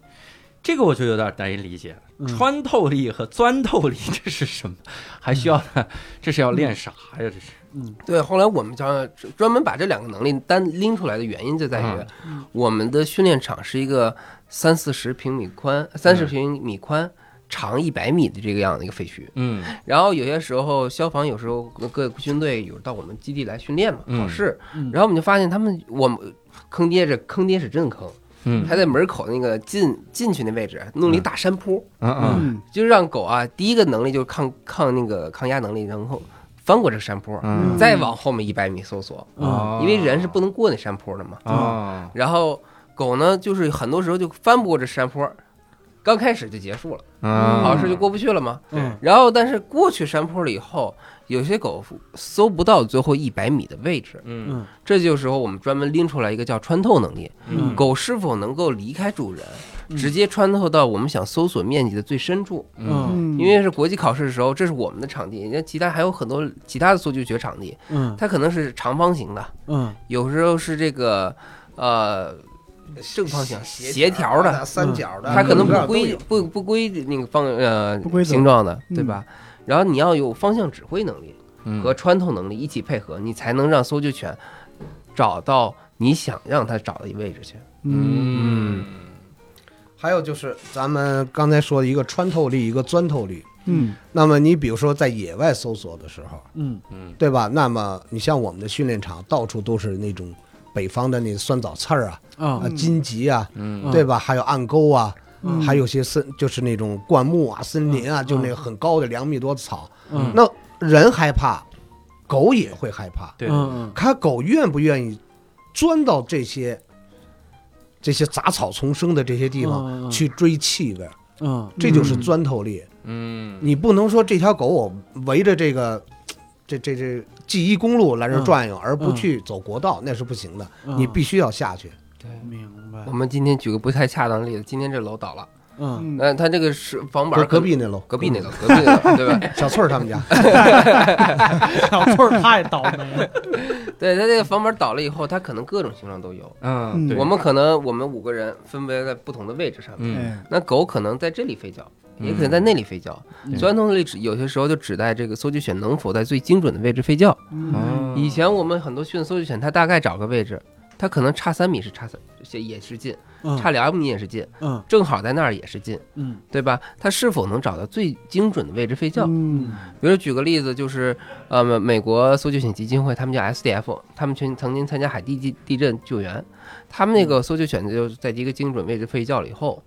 这个我就有点难以理解了。
嗯
穿透力和钻透力这是什么？还需要呢？这是要练啥呀？这是
嗯
对，后来我们叫专门把这两个能力单拎出来的原因就在于，
嗯
我们的训练场是一个三四十平米宽、三
嗯
十平米宽、长一百米的这个样的一个废墟。
嗯
然后有些时候消防有时候各个军队有到我们基地来训练嘛
嗯
考试，
嗯
然后我们就发现他们我们坑爹是坑爹是真坑，
嗯
他在门口那个进进去那位置弄了一大山坡，
啊啊
嗯
就是让狗啊第一个能力就是抗抗那个抗压能力，然后翻过这个山坡，
嗯
再往后面一百米搜索，
嗯
啊！
嗯因为人是不能过那山坡的嘛。
啊
然后狗呢，就是很多时候就翻不过这山坡，刚开始就结束了，
啊，
考试就过不去了嘛。
嗯
然后但是过去山坡了以后，有些狗搜不到最后一百米的位置，
嗯
嗯
这就是时候我们专门拎出来一个叫穿透能力，
嗯
狗是否能够离开主人，
嗯
直接穿透到我们想搜索面积的最深处。
嗯
嗯
因为是国际考试的时候，这是我们的场地，人家其他还有很多其他的搜救学场地，
嗯
它可能是长方形的，
嗯
有时候是这个呃正方形协调的，
三角的，
它可能不
各种各样
规
啊都有
不不规那个方呃
不规则
形状的，
嗯
对吧？然后你要有方向指挥能力
嗯
和穿透能力一起配合，你才能让搜救犬找到你想让它找的位置去。
嗯
还有就是咱们刚才说的一个穿透力，一个钻透力。
嗯
那么你比如说在野外搜索的时候，
嗯
嗯
对吧？那么你像我们的训练场，到处都是那种北方的那酸枣刺儿啊、
啊
啊荆棘啊，
嗯
嗯
对吧？还有暗沟啊，
嗯
还有些森就是那种灌木啊、森林
嗯
啊，就那很高的两米多的草。
嗯
那人害怕，狗也会害怕。
对
嗯
看狗愿不愿意钻到这些这些杂草丛生的这些地方、
嗯嗯嗯
去追气味儿，
嗯
这就是钻透力。
嗯
你不能说这条狗我围着这个这这这 G 一公路来这转悠，而不去走国道，那是不行的。
嗯
你必须要下去。
明白
我们今天举个不太恰当的例子，今天这楼倒了，
嗯
嗯，
那它这个是房板
隔
儿
隔壁那嗯楼，
嗯隔壁那个隔壁那个 对吧？
小翠儿他们家，
小翠儿太倒霉了
对，它这个房板儿倒了以后，它可能各种形状都有。
嗯，对
我们可能我们五个人分别在不同的位置上面，
嗯
哎，
那狗可能在这里吠叫，也可
嗯
能在那里吠叫。
嗯
钻头能力只有些时候就指代这个搜救犬能否在最精准的位置吠叫。
嗯
哦
以前我们很多训搜救犬，它大概找个位置，它可能差三米是差三，也是近，
嗯
差两米也是近，
嗯
正好在那儿也是近，
嗯
对吧？它是否能找到最精准的位置吠叫？
嗯
比如举个例子，就是呃，美美国搜救犬基金会，他们叫 SDF，他们曾曾经参加海地地地震救援，他们那个搜救犬就是在一个精准位置吠叫了以后，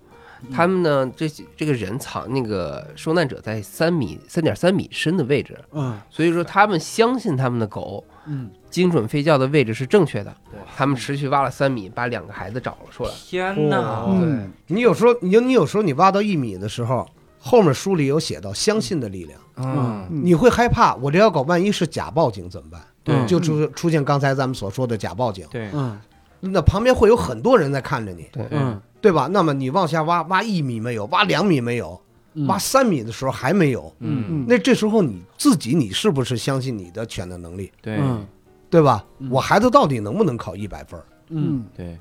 他们呢这这个人藏那个受难者在三米三点三米深的位置，
嗯
所以说他们相信他们的狗
嗯
精准吠叫的位置是正确的
哇，
他们持续挖了三米，把两个孩子找了出来。
天哪，
哦
嗯
你有时候你就你有时候你挖到一米的时候，后面书里有写到相信的力量，
嗯
嗯
你会害怕我这条狗万一是假报警怎么办？
对
就出出现刚才咱们所说的假报警，
对
嗯
那旁边会有很多人在看着你，
对
嗯
对吧？那么你往下挖，挖一米没有，挖两米没有，
嗯
挖三米的时候还没有，
嗯
嗯
那这时候你自己，你是不是相信你的犬的能力，
对
嗯
对吧？
嗯
我孩子到底能不能考一百分儿，
嗯
对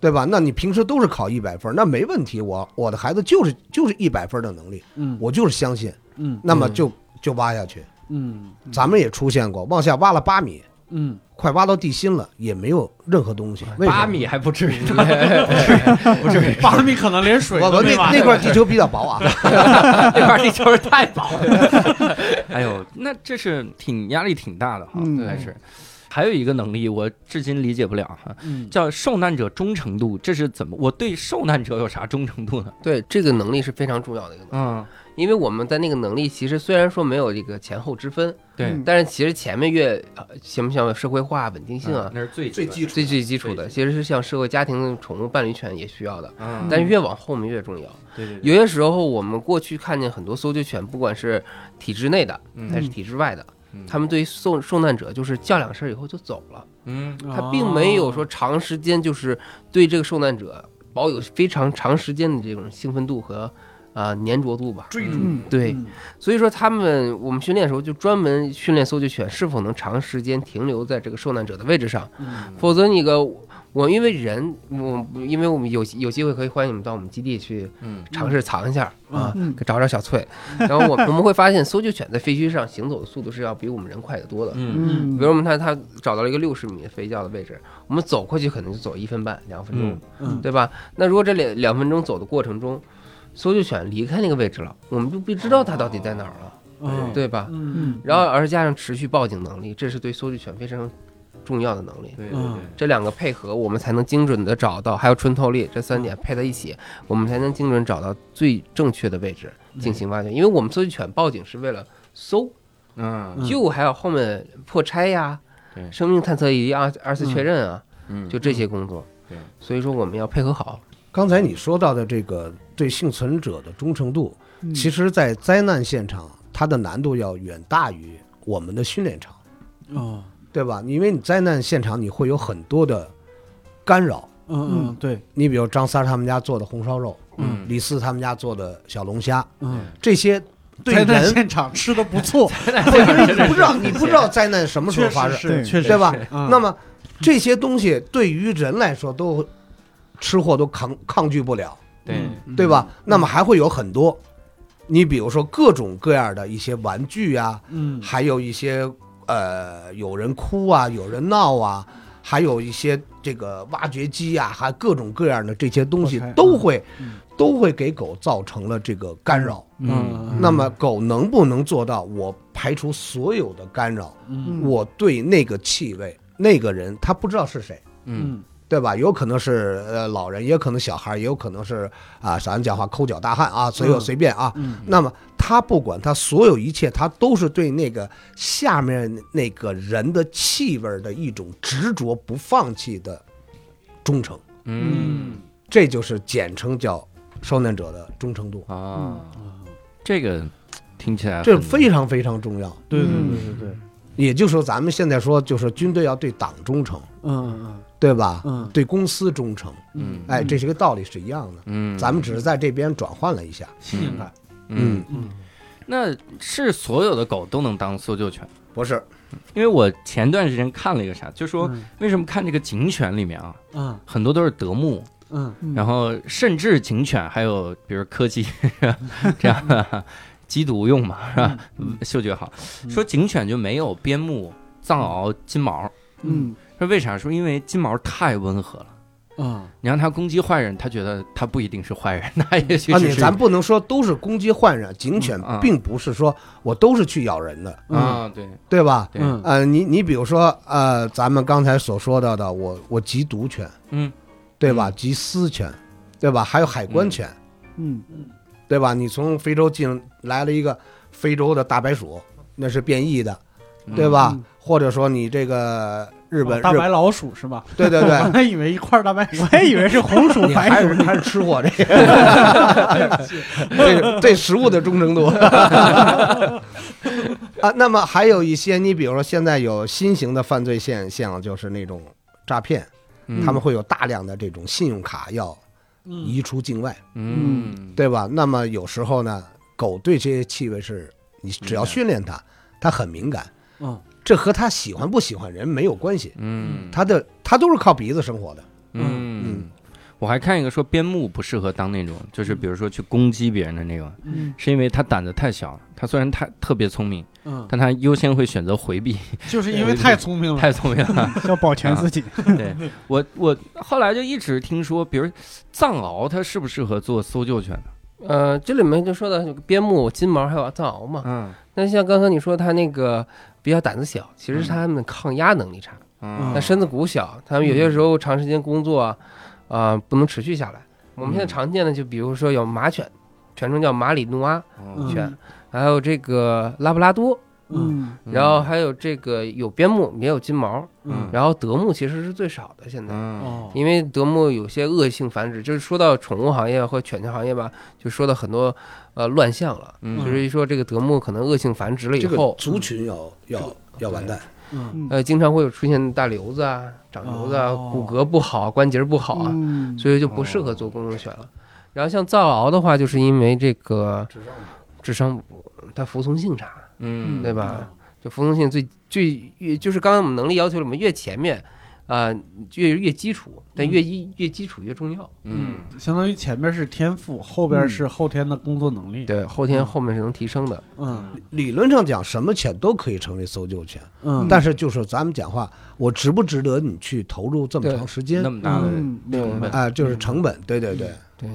对吧？那你平时都是考一百分儿，那没问题。我我的孩子就是就是一百分儿的能力，
嗯
我就是相信，
嗯
那么就就挖下去。
嗯
咱们也出现过，往下挖了八米，
嗯
快挖到地心了，也没有任何东西。
哎
为什么
八，米还不至于，
不是八米可能连水
我
都
我
没
那
挖
那块地球比较薄 啊，
这块地球太薄了。
哎呦，那这是挺压力挺大的哈，
嗯
还是。还有一个能力，我至今理解不了哈，
嗯，
叫受难者忠诚度，这是怎么？我对受难者有啥忠诚度呢？
对，这个能力是非常重要的一个能力，
嗯，
因为我们在那个能力其实虽然说没有这个前后之分，
对，
嗯
但是其实前面越呃像不像社会化、稳定性啊，
那是最
最基础
最最基础的，其实是像社会、家庭、宠物、伴侣权也需要的，
嗯，
但是越往后面越重要。
对对对
有些时候，我们过去看见很多搜救犬，不管是体制内的
嗯
还是体制外的，
嗯
他们对于受受难者就是叫两声以后就走了，
嗯
哦
他并没有说长时间就是对这个受难者保有非常长时间的这种兴奋度和呃粘着度吧。
追逐
嗯，
对，
嗯
所以说他们我们训练的时候就专门训练搜救犬是否能长时间停留在这个受难者的位置上，
嗯
否则你个我因为人我因为我们有有机会可以欢迎你们到我们基地去
嗯
尝试藏一下啊，
嗯
找找小翠，然后我我们会发现搜救犬在废墟上行走的速度是要比我们人快得多的。
嗯
嗯，
比如我们看它找到了一个六十米飞脚的位置，我们走过去可能就走一分半两分钟，
嗯
对吧？那如果这两两分钟走的过程中，搜救犬离开那个位置了，我们就不知道它到底在哪儿了，
嗯，
对吧？
嗯，
然后而加上持续报警能力，这是对搜救犬非常重要的能力。
对对
嗯
对，
这两个配合，我们才能精准的找到，还有穿透力这三点配在一起，我们才能精准找到最正确的位置进行挖掘。因为我们搜救犬报警是为了搜
嗯
救，还有后面破拆呀、
对
生命探测以及二二次确认啊，
嗯，
就这些工作
对。
所以说我们要配合好。
刚才你说到的这个对幸存者的忠诚度，
嗯
其实，在灾难现场，它的难度要远大于我们的训练场，
哦，
对吧？因为你灾难现场，你会有很多的干扰。
嗯嗯，对，
你比如张三儿他们家做的红烧肉，
嗯
李四他们家做的小龙虾，
嗯，
这些对
在那
人
现场吃的不 错，
你不知道，你不知道灾难什么时候发生，
是，确实
对吧？
嗯
那么这些东西对于人来说都吃货都抗抗拒不了，
对
嗯
对吧？那么还会有很多，你比如说各种各样的一些玩具啊，
嗯
还有一些呃有人哭啊，有人闹啊，还有一些这个挖掘机啊，还各种各样的这些东西
OK，嗯
都会
嗯
都会给狗造成了这个干扰。
嗯，
那么狗能不能做到我排除所有的干扰？
嗯
我对那个气味、那个人，他不知道是谁，
嗯
嗯
对吧？有可能是呃老人，也有可能小孩，也有可能是啊，咱讲话抠脚大汉啊，随有
嗯
随便啊。
嗯
那么他不管他所有一切，他都是对那个下面那个人的气味的一种执着不放弃的忠诚，
嗯
这就是简称叫受难者的忠诚度，
啊，这个听起来
这
很
非常非常重要。
对对对对对，
也就是说，咱们现在说，就是军队要对党忠诚，
嗯
对吧？
嗯
对公司忠诚，
嗯
哎，这些个道理是一样的。
嗯，
咱们只是在这边转换了一下。
信任感，
嗯，
嗯
那是所有的狗都能当搜救犬。
不是，
因为我前段时间看了一个啥，就说
嗯
为什么看这个警犬里面啊，
嗯
很多都是德牧，
嗯
嗯
然后甚至警犬还有比如柯 基这样 的缉毒用嘛，是吧？
嗯
嗅觉好，说警犬就没有边牧、藏獒、金毛，
嗯
说为啥？说因为金毛太温和了。
啊，
你让它攻击坏人，它觉得它不一定是坏人，它也许
啊，
只
你
是
咱不能说都是攻击患人，警犬
嗯啊
并不是说我都是去咬人的，
啊，对
对吧？
对，
嗯
呃，你你比如说，呃，咱们刚才所说到的，我我缉毒犬，
嗯，
对吧？
嗯
缉私犬，对吧？还有海关犬，
嗯
对吧？你从非洲进来了一个非洲的大白鼠，那是变异的，
嗯哦
对？吧？
嗯
或者说你这个日本、
哦大
日
白老鼠是吧？
对 对
我
对，
还以为一块 大白鼠，我还以为是 红薯
你
白
还
鼠
是。还是吃货这个， 对对食物的忠诚度 啊。那么还有一些，你比如说现在有新型的犯罪现象，就是那种诈骗，
嗯
他们会有大量的这种信用卡要移出境外，
嗯，
对吧？那么有时候呢，狗对这些气味是你只要
明白
训练它，它很敏感，
嗯
这和它喜欢不喜欢人没有关系，
嗯，
它的它都是靠鼻子生活的。
嗯，我还看一个说边牧不适合当那种，就是比如说去攻击别人的那个，
嗯
是因为它胆子太小了。它虽然太特别聪明，
嗯，
但它优先会选择回避，
就是因为太聪明了。
太聪明 了。
要保全自己。
对我，我后来就一直听说，比如藏獒它适不适合做搜救犬呢？
呃，这里面就说到边牧、金毛还有藏獒嘛，
嗯
那像刚才你说它那个比较胆子小，其实是他们抗压能力差。
嗯
那身子骨小，他们有些时候长时间工作啊，啊、不能持续下来。我们现在常见的就比如说有马犬，全称叫马里诺阿，
嗯
犬还有这个拉布拉多，
嗯
然后还有这个有边牧，也有金毛，
嗯
然后德牧其实是最少的现在。
嗯
哦，
因为德牧有些恶性繁殖，就是说到宠物行业或犬犬行业吧，就说到很多呃乱象了。
嗯
就是一说这个德牧可能恶性繁殖了以
这个
后，
族群要要要完蛋，
嗯
呃，经常会有出现大瘤子啊、长瘤子啊、
哦
骨骼不好、关节不好啊，
嗯
所以就不适合做公众犬了。然后像藏獒的话，就是因为这个智商不，它服从性差，
嗯
对吧？就服从性最最越就是刚刚我们能力要求里面越前面，啊、越越基础，但越一越基础越重要。
嗯
相当于前面是天赋，后边是后天的工作能力。
对，后天后面是能提升的。
嗯
理论上讲，什么犬都可以成为搜救犬，
嗯，
但是就是咱们讲话，我值不值得你去投入这么长时间
那么大的
嗯
成 本，
啊？就是成本，对对对。
对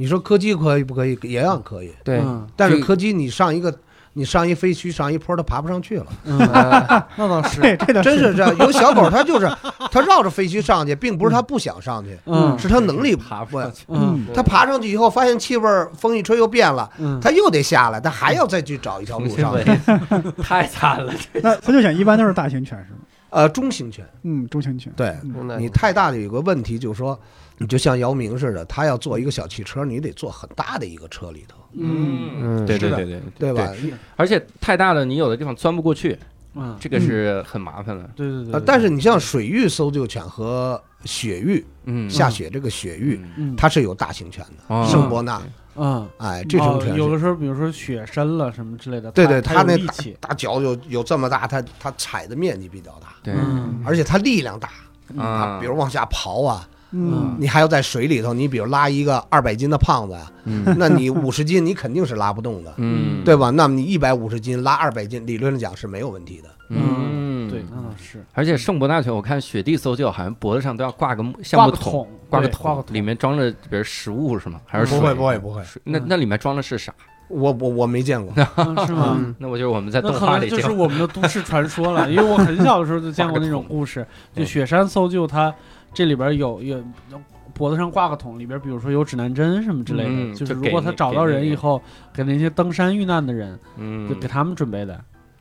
你说柯基可以不可以？也样可以，
对，
嗯
但是
这
柯基你上一个，你上一飞区，上一坡，它爬不上去了。
嗯，
呃
那倒是，
对，这倒
真是这样，有小狗它就是它绕着飞机上去，并不是它不想上去，
嗯
是它能力爬
不上
去。
嗯
它爬上去以后，发现气味儿，风一吹又变了，
嗯，
它又得下来，它还要再去找一条
嗯
路上去。
太惨了，
那搜救犬一般都是大型犬是吗？
呃，中型犬，
嗯，中型犬。
对
嗯
真的
你太大的有个问题，就是说，你就像姚明似的，他要坐一个小汽车，你得坐很大的一个车里头，
嗯，对对对对
对吧？？
而且太大了，你有的地方钻不过去，
嗯，
这个是很麻烦的。
对对对
呃，
啊
对，
但是你像水域搜救犬和雪域
嗯，
下雪这个雪域，
嗯
嗯，
它是有大型犬的，
啊
圣伯纳，
嗯，
哎，这种
哦
犬是
有的时候，比如说雪深了什么之类的，
对对
它
它
有
那
力气，
大脚有有这么大，它它踩的面积比较大，
对
嗯
而且它力量大
啊，
比如往下刨啊，
嗯
你还要在水里头，你比如拉一个二百斤的胖子啊，
嗯
那你五十斤你肯定是拉不动的，
嗯
对吧？那么你一百五十斤拉二百斤，理论上讲是没有问题的。
嗯
对，。那倒是
而且圣伯纳犬，我看雪地搜救好像脖子上都要挂个橡木
个
桶，
桶，
挂个
对挂个
桶，里面装着比如食物是吗？还是水？
不会，
水那那里面装的是啥？
我我我没 见过，
桶，嗯是吗？
嗯，
那我觉得我们在
那
动
可
画
能
里
就
见
是
过。
我们的都市传说了，因为我很小的时候就见过那种故 事，就雪山搜救，它这里边有有脖子上挂个桶，里边比如说有指南针什么之类
嗯
的，就是
就
如
给
果他
你
找
给
到
那
人
个
以后，给那些登山遇难的人，
嗯
就，给他们准备的，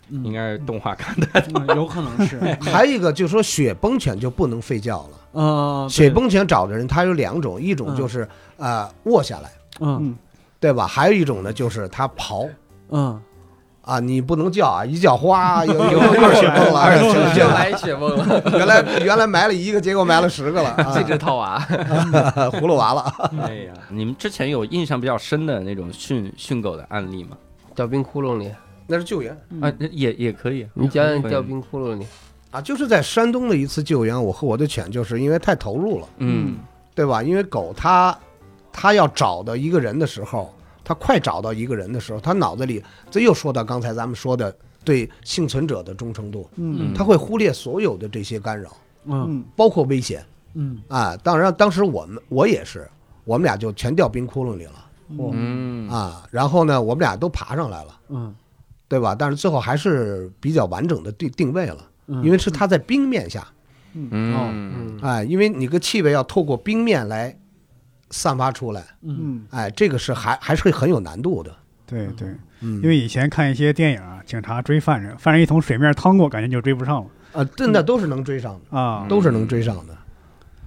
嗯
应该是动画看
嗯有可 能是，
还有一个就是说雪崩犬就不能吠叫了。
嗯，
雪
对，
崩犬找的人，它有两种，一种就是呃卧下来，
嗯
对吧？还有一种呢就是它刨。
嗯，
啊，你不能叫啊！一叫 哗，有有有又雪崩了，哎这个这
又
个
来雪崩了，
原来原来埋了一个，结果埋了十 个了，
这
啊
只套娃。
葫芦娃了。
到。哎呀， 你们之前有印象比较深的那种训训狗的案例吗？
掉冰窟窿里，
那是救援
啊，那也也可以。嗯
你讲讲
会
掉冰窟窿里，
啊，就是在山东的一次救援，我和我的犬就是因为太投入了，
嗯
对吧？因为狗它它要找到一个人的时候，它快找到一个人的时候，它脑子里这又说到刚才咱们说的对幸存者的忠诚度，
嗯
它会忽略所有的这些干扰，
嗯
嗯
包括危险
嗯
啊。当然，当时我们我也是，我们俩就全掉冰窟窿里了。
嗯
啊，然后呢，我们俩都爬上来了，
嗯
对吧？但是最后还是比较完整的定定位了，
嗯，
因为是它在冰面下，
嗯
嗯，
哎，因为你个气味要透过冰面来散发出来，
嗯
嗯，
哎，这个是还还是很有难度的，
对对，
嗯，
因为以前看一些电影啊，警察追犯人，犯人一从水面趟过，感觉就追不上了
啊，真的都是能追上的，
嗯
啊。
嗯都是能追上的。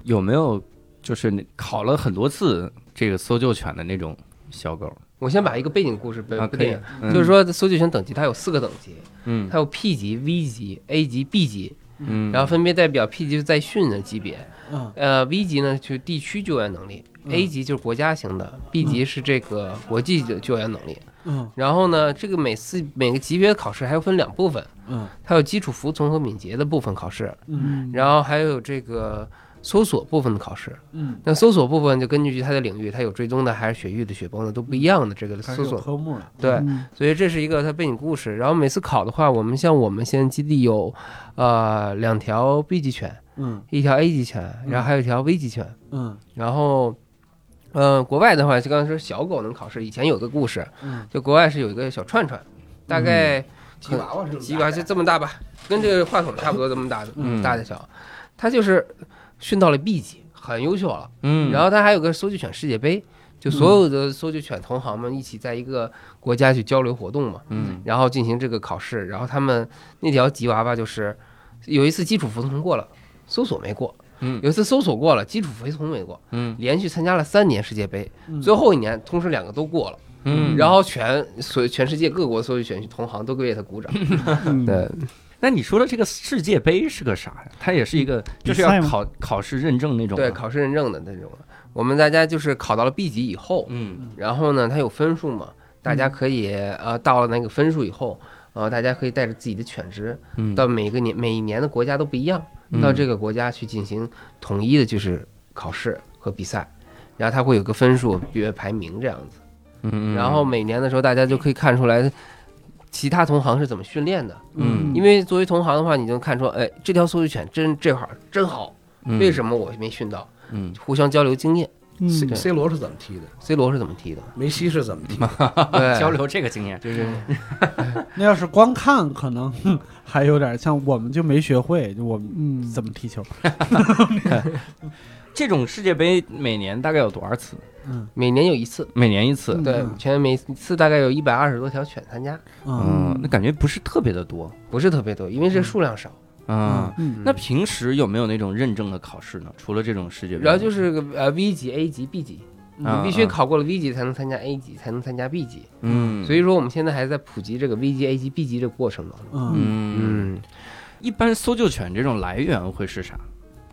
有没有就是你考了很多次这个搜救犬的那种小狗？
我先把一个背景故事背
啊，
背
可以
定，，
嗯
就是，说搜救犬等级它有四个等级，
嗯
它有 P 级、V 级、A 级、B 级，
嗯，
然后分别代表 P 级就在训的级别，
嗯
呃，V 级呢就是地区救援能力，A 级就是国家型的，B 级是这个国际的救援能力。
嗯
然后呢，这个每次每个级别的考试还要分两部分，
嗯
它有基础服从和敏捷的部分考试，
嗯
然后还有这个搜索部分的考试。
嗯，
那搜索部分就根据它的领域，它有追踪的还是雪域的、雪崩的都不一样的这个
开
搜
始有
索。
科目了，
对，
嗯
所以这是一个它背景故事。然后每次考的话，我们像我们现在基地有，呃，两条 B 级犬，
嗯
一条 A 级犬，
嗯
然后还有一条 V 级犬。
嗯
然后，呃，国外的话，就刚才说小狗能考试，以前有个故事，
嗯
嗯
就国外是有一个小串串，大概
吉娃娃是
鸡巴就这么大吧，跟这个话筒差不多这么大的，
嗯
大的小。他就是训到了 B 级，很优秀了。
嗯，
然后他还有个搜救犬世界杯，就所有的搜救犬同行们一起在一个国家去交流活动嘛，
嗯
然后进行这个考试。然后他们那条吉娃娃就是有一次基础服从过了，搜索没过。
嗯
有一次搜索过了，基础服从没过，
嗯
连续参加了三年世界杯，
嗯
最后一年同时两个都过了，
嗯，
然后全所全世界各国搜救犬同行都为他鼓掌。
嗯
对，
那你说的这个世界杯是个啥呀？它也是一个，就是要
比赛吗
考考试认证那种吗。
对，考试认证的那种。啊我们大家就是考到了 B 级以后，
嗯
然后呢，它有分数嘛，大家可以呃到了那个分数以后，呃，大家可以带着自己的犬只
嗯，
到每个年每一年的国家都不一样
嗯，
到这个国家去进行统一的就是考试和比赛。然后它会有个分数，比如排名这样子。
嗯，嗯
然后每年的时候，大家就可以看出来其他同行是怎么训练的。
嗯
因为作为同行的话，你就看出，哎，这条搜救犬真这块儿真好，为什
么？
么我没训到？
嗯，
互相交流经验。
嗯
C C 罗是怎么踢的，
C 罗是怎么踢 的？
梅西是怎么踢的，
对，
交流这个经验，
就是
那要是光看，可能 哼还有点像我们就没学会，就我们
嗯，
怎么踢球。
这种世界杯每年大概有多少次？
嗯
每年有一次，
每年一次。
对，全每次大概有一百二十多条犬参加，
嗯，那感觉不是特别的多。
不是特别多，因为这数量少。
啊。
嗯
那平时有没有那种认证的考试呢？除了这种世界杯，
然后就是个呃 V 级、A 级、B 级，你
啊
必须考过了 V 级才能参加 A 级，才能参加 B 级。
嗯，
所以说我们现在还在普及这个 V 级、A 级、B 级这个过程当中。
嗯
嗯，
嗯，
一般搜救犬这种来源会是啥？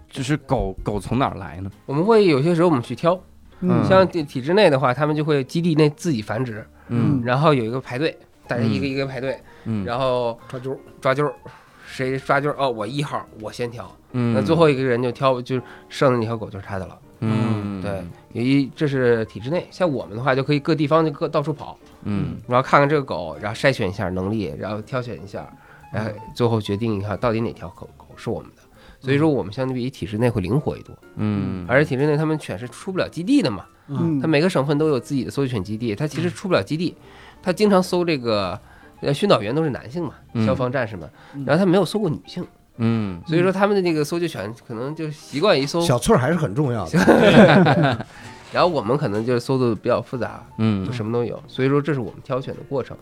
就是狗狗从哪儿来呢？
我们会有些时候我们去挑，
嗯
像体体制内的话，他们就会基地内自己繁殖，
嗯
然后有一个排队，大家一个一个排队，
嗯，
然后
他就
抓阄儿，谁抓阄儿？哦，我一号，我先挑。
嗯
那最后一个人就挑，就剩的那条狗就是他的了。
嗯
对，由于这是体制内，像我们的话就可以各地方就各到处跑，
嗯
然后看看这个狗，然后筛选一下能力，然后挑选一下，
嗯
然后最后决定一下到底哪条狗狗是我们的。所以说我们相对于体制内会灵活一多，
嗯，
而且体制内他们犬是出不了基地的嘛，
嗯
它每个省份都有自己的搜救犬基地，它其实出不了基
嗯
地，它经常搜这个。呃，训导员都是男性嘛，
嗯
消防战士们，
嗯
然后他没有搜过女性，
嗯
所以说他们的那个搜救犬可能就习惯于搜
小翠儿还是很重要的。
然后我们可能就是搜的比较复杂，
嗯
就什么都有，所以说这是我们挑选的过程。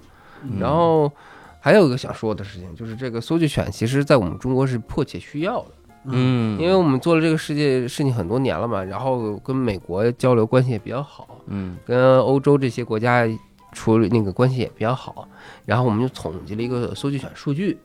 嗯
然后还有一个想说的事情，就是这个搜救犬其实在我们中国是迫切需要的，
嗯，
因为我们做了这个世界事情很多年了嘛，然后跟美国交流关系也比较好，
嗯
跟欧洲这些国家处理那个关系也比较好，然后我们就统计了一个搜救犬数据，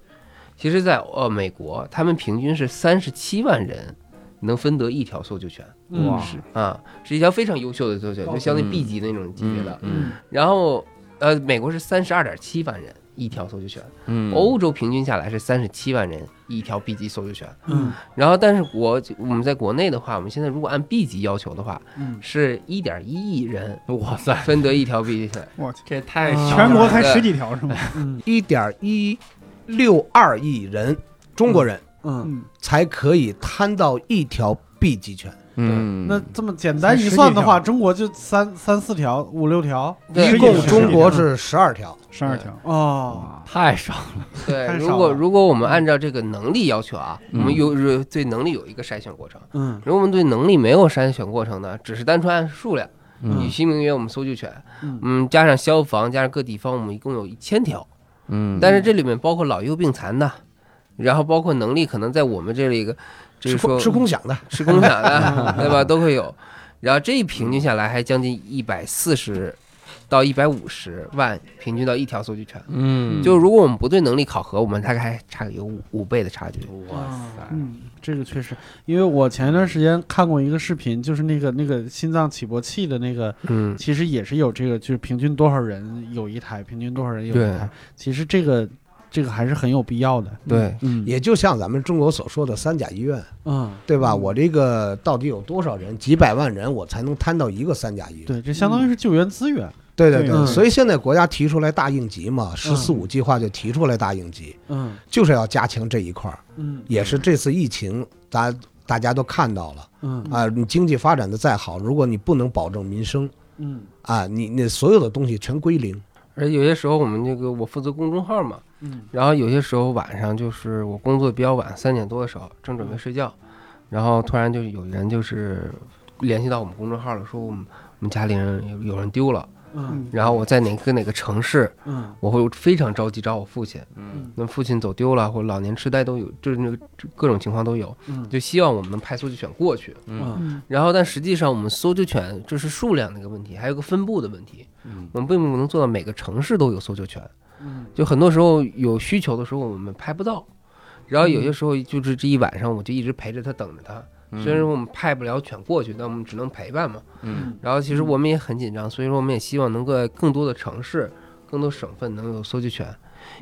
其实在呃美国，他们平均是三十七万人能分得一条搜救犬。
哇
是啊，是一条非常优秀的作犬，
高
就相对
嗯
B 级那种级别
嗯
的。
嗯
然后，呃，美国是三十二点七万人一条搜救犬，
嗯
欧洲平均下来是三十七万人一条 B 级搜救犬。
嗯
然后，但是国我们在国内的话，我们现在如果按 B 级要求的话，
嗯，
是一点一亿人
哇塞，
分得一条 B 级犬，
我去，
这太
啊
全国才十几条是吗？
一点一六二亿人中国人
嗯，
嗯，
才可以摊到一条 B 级犬，
嗯
那这么简单一算的话，中国就三三四条、五六条
对
一
共
共中国是十二条。
十二条。
哦。
哇太少
对，
太少
如果
了
如果我们按照这个能力要求啊，我们
嗯
有有对能力有一个筛选过程。
嗯
如果我们对能力没有筛选过程呢，只是单纯按数量，
嗯
以其名曰我们搜救犬，
嗯
嗯，加上消防，加上各地方，我们一共有一千条。
嗯
但是这里面包括老幼病残的，然后包括能力可能在我们这里一个，就是
吃
说
空吃空饷的，
吃空饷的，对吧？都会有。然后这一平均下来，还将近一百四十到一百五十万，平均到一条搜救犬。
嗯
就如果我们不对能力考核，我们大概还差有五五倍的差距。
哇塞，
嗯，这个确实，因为我前一段时间看过一个视频，就是那个那个心脏起搏器的那个，
嗯，
其实也是有这个，就是平均多少人有一台，平均多少人有一
对
台。其实这个这个还是很有必要的。
对，
嗯，
也就像咱们中国所说的三甲医院，
嗯，
对吧？我这个到底有多少人，几百万人，我才能摊到一个三甲医院？
嗯
对，这相当于是救援资源。
对对对，嗯
嗯
所以现在国家提出来大应急嘛，“十四五”计划就提出来大应急，
嗯
就是要加强这一块儿，
嗯
也是这次疫情，咱大家都看到了
嗯
啊，你经济发展的再好，如果你不能保证民生
嗯
啊，你你所有的东西全归零。
而有些时候我们这个我负责公众号嘛，
嗯
然后有些时候晚上就是我工作比较晚，三点多的时候正准备睡觉，然后突然就有人就是联系到我们公众号了，说我们我们家里人有有人丢了，
嗯
然后我在哪个哪个城市，
嗯
我会非常着急找我父亲，
嗯
那父亲走丢了或者老年痴呆都有，就是那个各种情况都有，
嗯
就希望我们能派搜救犬过去。
嗯
然后，但实际上我们搜救犬这是数量的一个问题，还有个分布的问题。
嗯
我们并不能做到每个城市都有搜救犬，
嗯
就很多时候有需求的时候我们拍不到。然后有些时候就是这一晚上，我就一直陪着他，等着他。
嗯，
虽然说我们派不了犬过去，但我们只能陪伴嘛。
嗯
然后其实我们也很紧张，所以说我们也希望能够在更多的城市、更多省份能有搜救犬，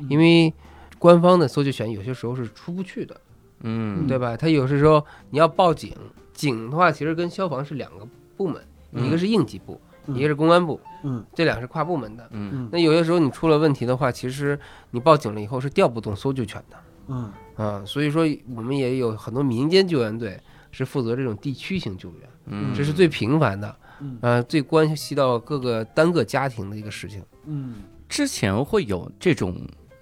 嗯
因为官方的搜救犬有些时候是出不去的。
嗯
对吧？他有时候你要报警，警的话其实跟消防是两个部门，
嗯
一个是应急部，
嗯
一个是公安部，
嗯
这俩是跨部门的。
嗯
嗯
那有些时候你出了问题的话，其实你报警了以后是调不动搜救犬的
嗯
啊。所以说我们也有很多民间救援队是负责这种地区型救援，
嗯，
这是最频繁的，
嗯
呃，最关系到各个单个家庭的一个事情。
嗯
之前会有这种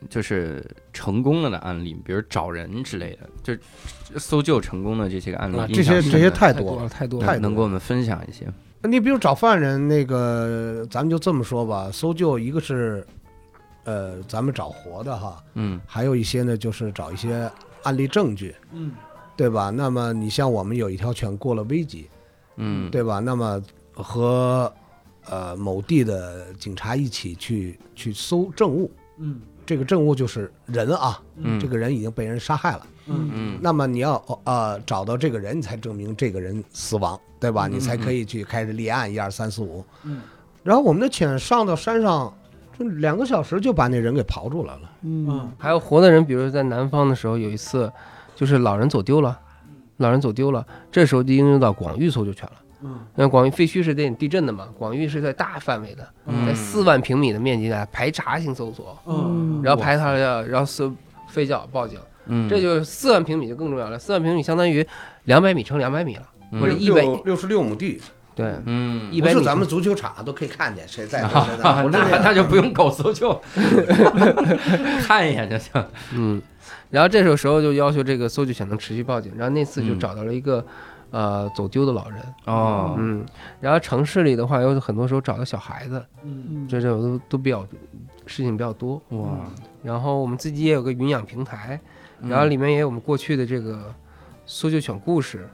就是成功了的案例，比如找人之类的，就搜救成功的这些个案例
啊，，
印
这
象
些
深
这些
的
太
多
多
了，
了。
太多了。
太
能能给我们分享一些？
你比如找犯人那个，咱们就这么说吧，搜救一个是，呃，咱们找活的哈，
嗯
还有一些呢就是找一些案例证据，
嗯
对吧？那么你像我们有一条犬过了危急，
嗯，
对吧？那么和呃某地的警察一起去去搜证物，
嗯
这个证物就是人啊，
嗯，
这个人已经被人杀害了。
嗯
嗯
那么你要呃找到这个人，你才证明这个人死亡，对吧？你才可以去开始立案，一二三四五。
嗯。
然后我们的犬上到山上，就两个小时就把那人给刨住来了。
嗯
还有活的人，比如在南方的时候，有一次就是老人走丢了，老人走丢了，这时候就应用到广域搜救犬了。
嗯
那广域废墟是得地震的嘛，广域是在大范围的，在四万平米的面积内排查性搜索，
嗯
然后排查了，然后搜飞脚报警，
嗯，
这就是四万平米就更重要了。四万平米相当于两百米乘两百米了，
嗯
或者一百
六十六亩地，
对
嗯
一百米。
足球场都可以看见谁在
啊，那那就不用狗搜救，看一眼就行。
嗯，然后这时候时候就要求这个搜救犬能持续报警，然后那次就
嗯
找到了一个、呃走丢的老人。
哦，
嗯，然后城市里的话，有很多时候找到小孩子，
嗯
这这种都都比较事情比较多。
哇，
然后我们自己也有个云养平台，然后里面也有我们过去的这个搜救犬故事，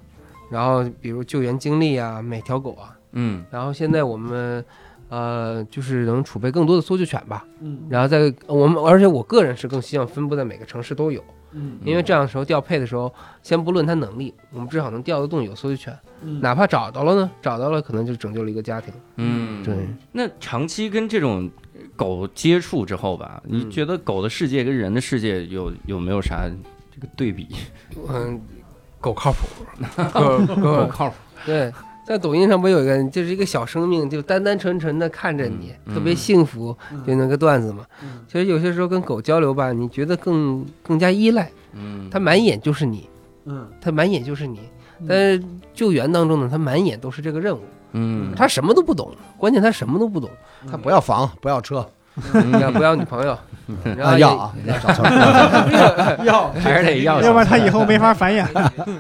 然后比如救援经历啊，每条狗啊，
嗯
然后现在我们。呃，就是能储备更多的搜救犬吧，
嗯
然后在我们，而且我个人是更希望分布在每个城市都有，
嗯
因为这样的时候调配的时候，先不论它能力，我们至少能调得动有搜救犬，哪怕找到了呢，找到了可能就拯救了一个家庭。
嗯，
对，
那长期跟这种狗接触之后吧，你
嗯
觉得狗的世界跟人的世界有有没有啥这个对比？
嗯，狗靠谱，狗
狗
狗
靠谱，
对，在抖音上不有一个，就是一个小生命，就单单纯纯的看着你，
嗯
特别幸福，就那个段子嘛。
嗯
其实有些时候跟狗交流吧，你觉得更更加依赖，
嗯，
它满眼就是你，
嗯
它满眼就是你。
嗯
但是救援当中呢，它满眼都是这个任务，
嗯，
它什么都不懂，关键它什么都不懂，
他不要房，不要车，
嗯
要不要女朋友？然后
啊
也
要啊，要找车
要
还是得要，
要不然他以后没法繁衍。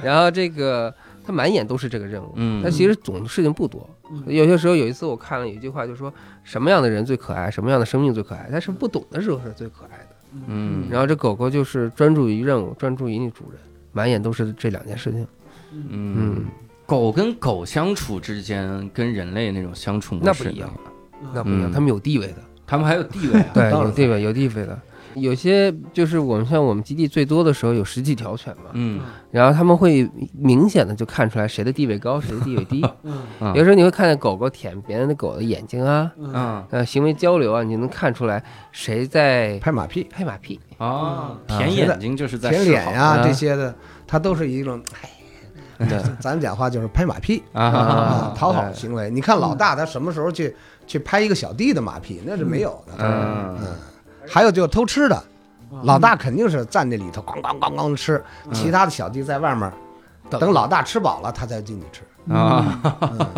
然后这个它满眼都是这个任务，
嗯，
但其实总事情不多。
嗯
有些时候有一次我看了有一句话，就说什么样的人最可爱，什么样的生命最可爱，但
嗯
是不懂的时候是最可爱的。
嗯，
然后这狗狗就是专注于任务，专注于你主人，满眼都是这两件事情。
嗯，狗跟狗相处之间跟人类那种相处模
那不
式
一样，那
那
不一
嗯
样，它们有地位的，
他们还有地位啊，
对，
当然
有地位，有地位的。有些就是我们像我们基地最多的时候有十几条犬嘛，
嗯
然后他们会明显的就看出来谁的地位高，谁的地位低。
嗯
嗯
有时候你会看见狗狗舔别人的狗的眼睛啊，
嗯
啊
呃，行为交流啊，你能看出来谁在
拍马屁、
拍马屁。
啊，
嗯
舔
啊现在
眼睛就是在
舔
示
脸
好
呀
啊
这些的，他都是一种，哎
对，
咱讲话就是拍马屁。
啊
啊，讨好
对
行为。你看老大他什么时候去去拍一个小弟的马屁，那是没有的。
嗯
还有就是偷吃的，老大肯定是站那里头咣咣咣咣吃，其他的小弟在外面等老大吃饱了，他才进去吃。
啊，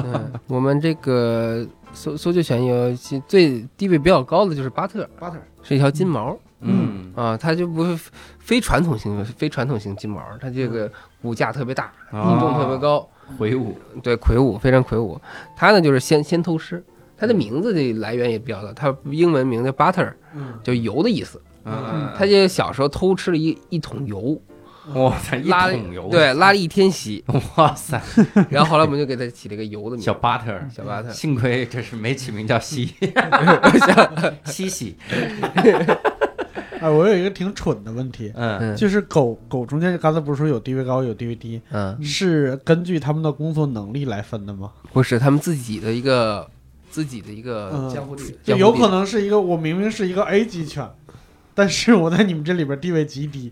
嗯，我们这个搜搜救犬有其最地位比较高的就是巴特，
巴特，
是一条金毛，
嗯
啊，它就不是非传统型非传统型金毛，它这个骨架特别大，
哦
体重嗯特别高，
魁梧，
对魁梧非常魁梧。它呢就是先先偷师，它的名字的来源也比较早，它英文名叫 butter，
嗯
就油的意思。
嗯，
它就小时候偷吃了一一桶油，
哇塞，一
拉了
桶油，，
对拉了一天席，
哇塞，
然后后来我们就给它起了一个油的名
小
字，
巴特儿，
小巴特。
幸亏这是没起名叫 西 西西，
哎，我有一个挺蠢的问题，
嗯
嗯
就是狗狗中间刚才不是说有地位高有地位低，
嗯，
是根据他们的工作能力来分的吗？
不是他们自己的一个自己的一个
嗯
江湖地，
就
江湖
有
地
可能是一个我明明是一个 A 级犬，但是我在你们这里边地位极低，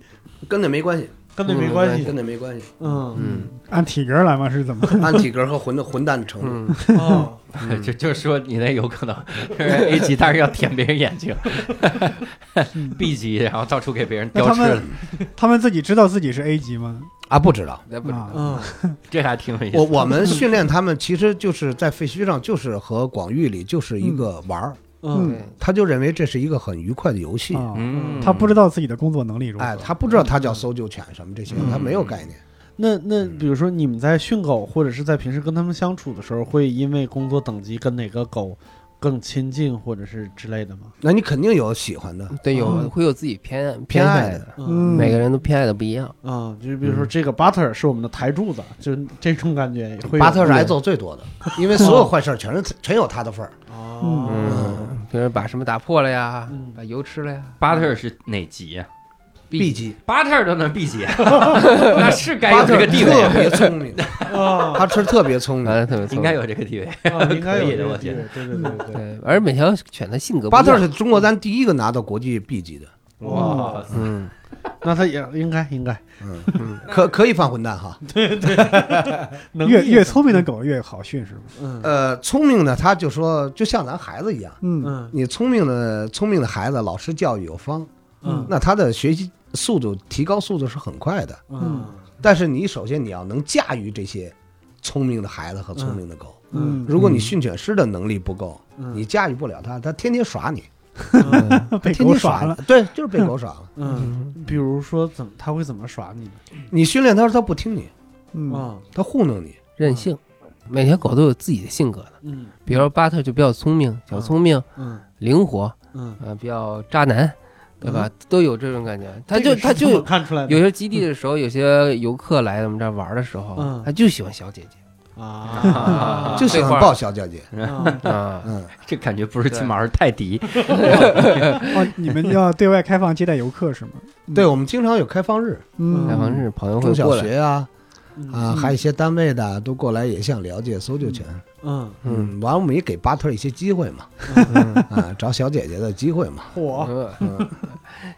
跟那没关系，
跟嗯那没关系。
跟那没关系，
嗯
嗯
按体格来吗？是怎么？
按体格和混的混蛋的程度。
嗯，
哦，
就就是说你那有可能是 A 级，但是要舔别人 眼睛，B 级，然后到处给别人
那
叼
他
吃的
们， 他们自己知道自己是 A 级吗？
啊，不知道。
那不知道。
嗯，
这还挺有意
我
思。
我们训练他们，其实就是在废墟上，就是和广域里就是一个玩儿，
嗯，
对
他就认为这是一个很愉快的游戏。
啊，
嗯，
他不知道自己的工作能力如何。
哎，他不知道他叫搜救犬什么这些，
嗯
他没有概念。
那那比如说你们在训狗或者是在平时跟他们相处的时候，会因为工作等级跟哪个狗更亲近或者是之类的吗？
那你肯定有喜欢的，
对，有
嗯
会有自己偏
偏爱
爱
的
的，
嗯
嗯
每个人都偏爱的不一样。
啊，就是比如说这个 butter 是我们的台柱子，就这种感觉会有。
巴特是挨揍最多的，因为所有坏事儿全是 全有他的份儿。
哦，
嗯，比如把什么打破了呀
嗯，
把油吃了呀，
巴特儿是哪级啊？
B 级，
巴特儿都能 B 级， 那是该有这个地位
特
啊，
别聪明，
啊，
他吃特别聪
完
明。
了特别聪
应
明
该。有这个地位。
啊应该有
可以
这
的
个
我
地
觉
位对对对对对，
对，而每条犬的性格不一
巴
样
特是中国咱第一个拿到国际 B 级的，
哇
哇，
嗯，
那他也应该应该
嗯，可可以犯混蛋哈。
能
越
力
越聪明的狗越好训，是吗？
嗯
呃，聪明的他就说，就像咱孩子一样，
嗯
嗯
你聪明的聪明的孩子，老师教育有方，
嗯
那他的学习速度提高速度是很快的。
嗯
但是你首先你要能驾驭这些聪明的孩子和聪明的狗。
嗯
如果你训犬师的能力不够，
嗯
你驾驭不了他，他天天耍你，
被
天
狗
天
耍
了
了。，
对，就是被狗耍了。
嗯，比如说怎么他会怎么耍你？
你训练他，他不听你，
嗯，
啊
他糊弄你。
任性。每条狗都有自己的性格的，
嗯
比如说巴特就比较聪明、小聪明、
嗯
灵活，
嗯，
呃，比较渣男，对吧？
嗯
都有这种感觉。他
这
就
个
他
是怎么
就
看出来的
有些基地的时候，有些游客来我们这儿玩的时候
嗯，
他就喜欢小姐姐，
啊，
就喜欢抱小姐姐。
啊
啊，
嗯，
这感觉不是金毛，是泰迪。
哦，你们要对外开放接待游客是吗？
对，我们经常有开放日，
嗯，
开放日朋友会
中小
过来，
学啊
嗯
啊，还有一些单位的都过来也想了解搜救犬。
嗯，
嗯，
嗯，完了我们也给巴特一些机会嘛，啊，找小姐姐的机会嘛。
火
嗯
嗯，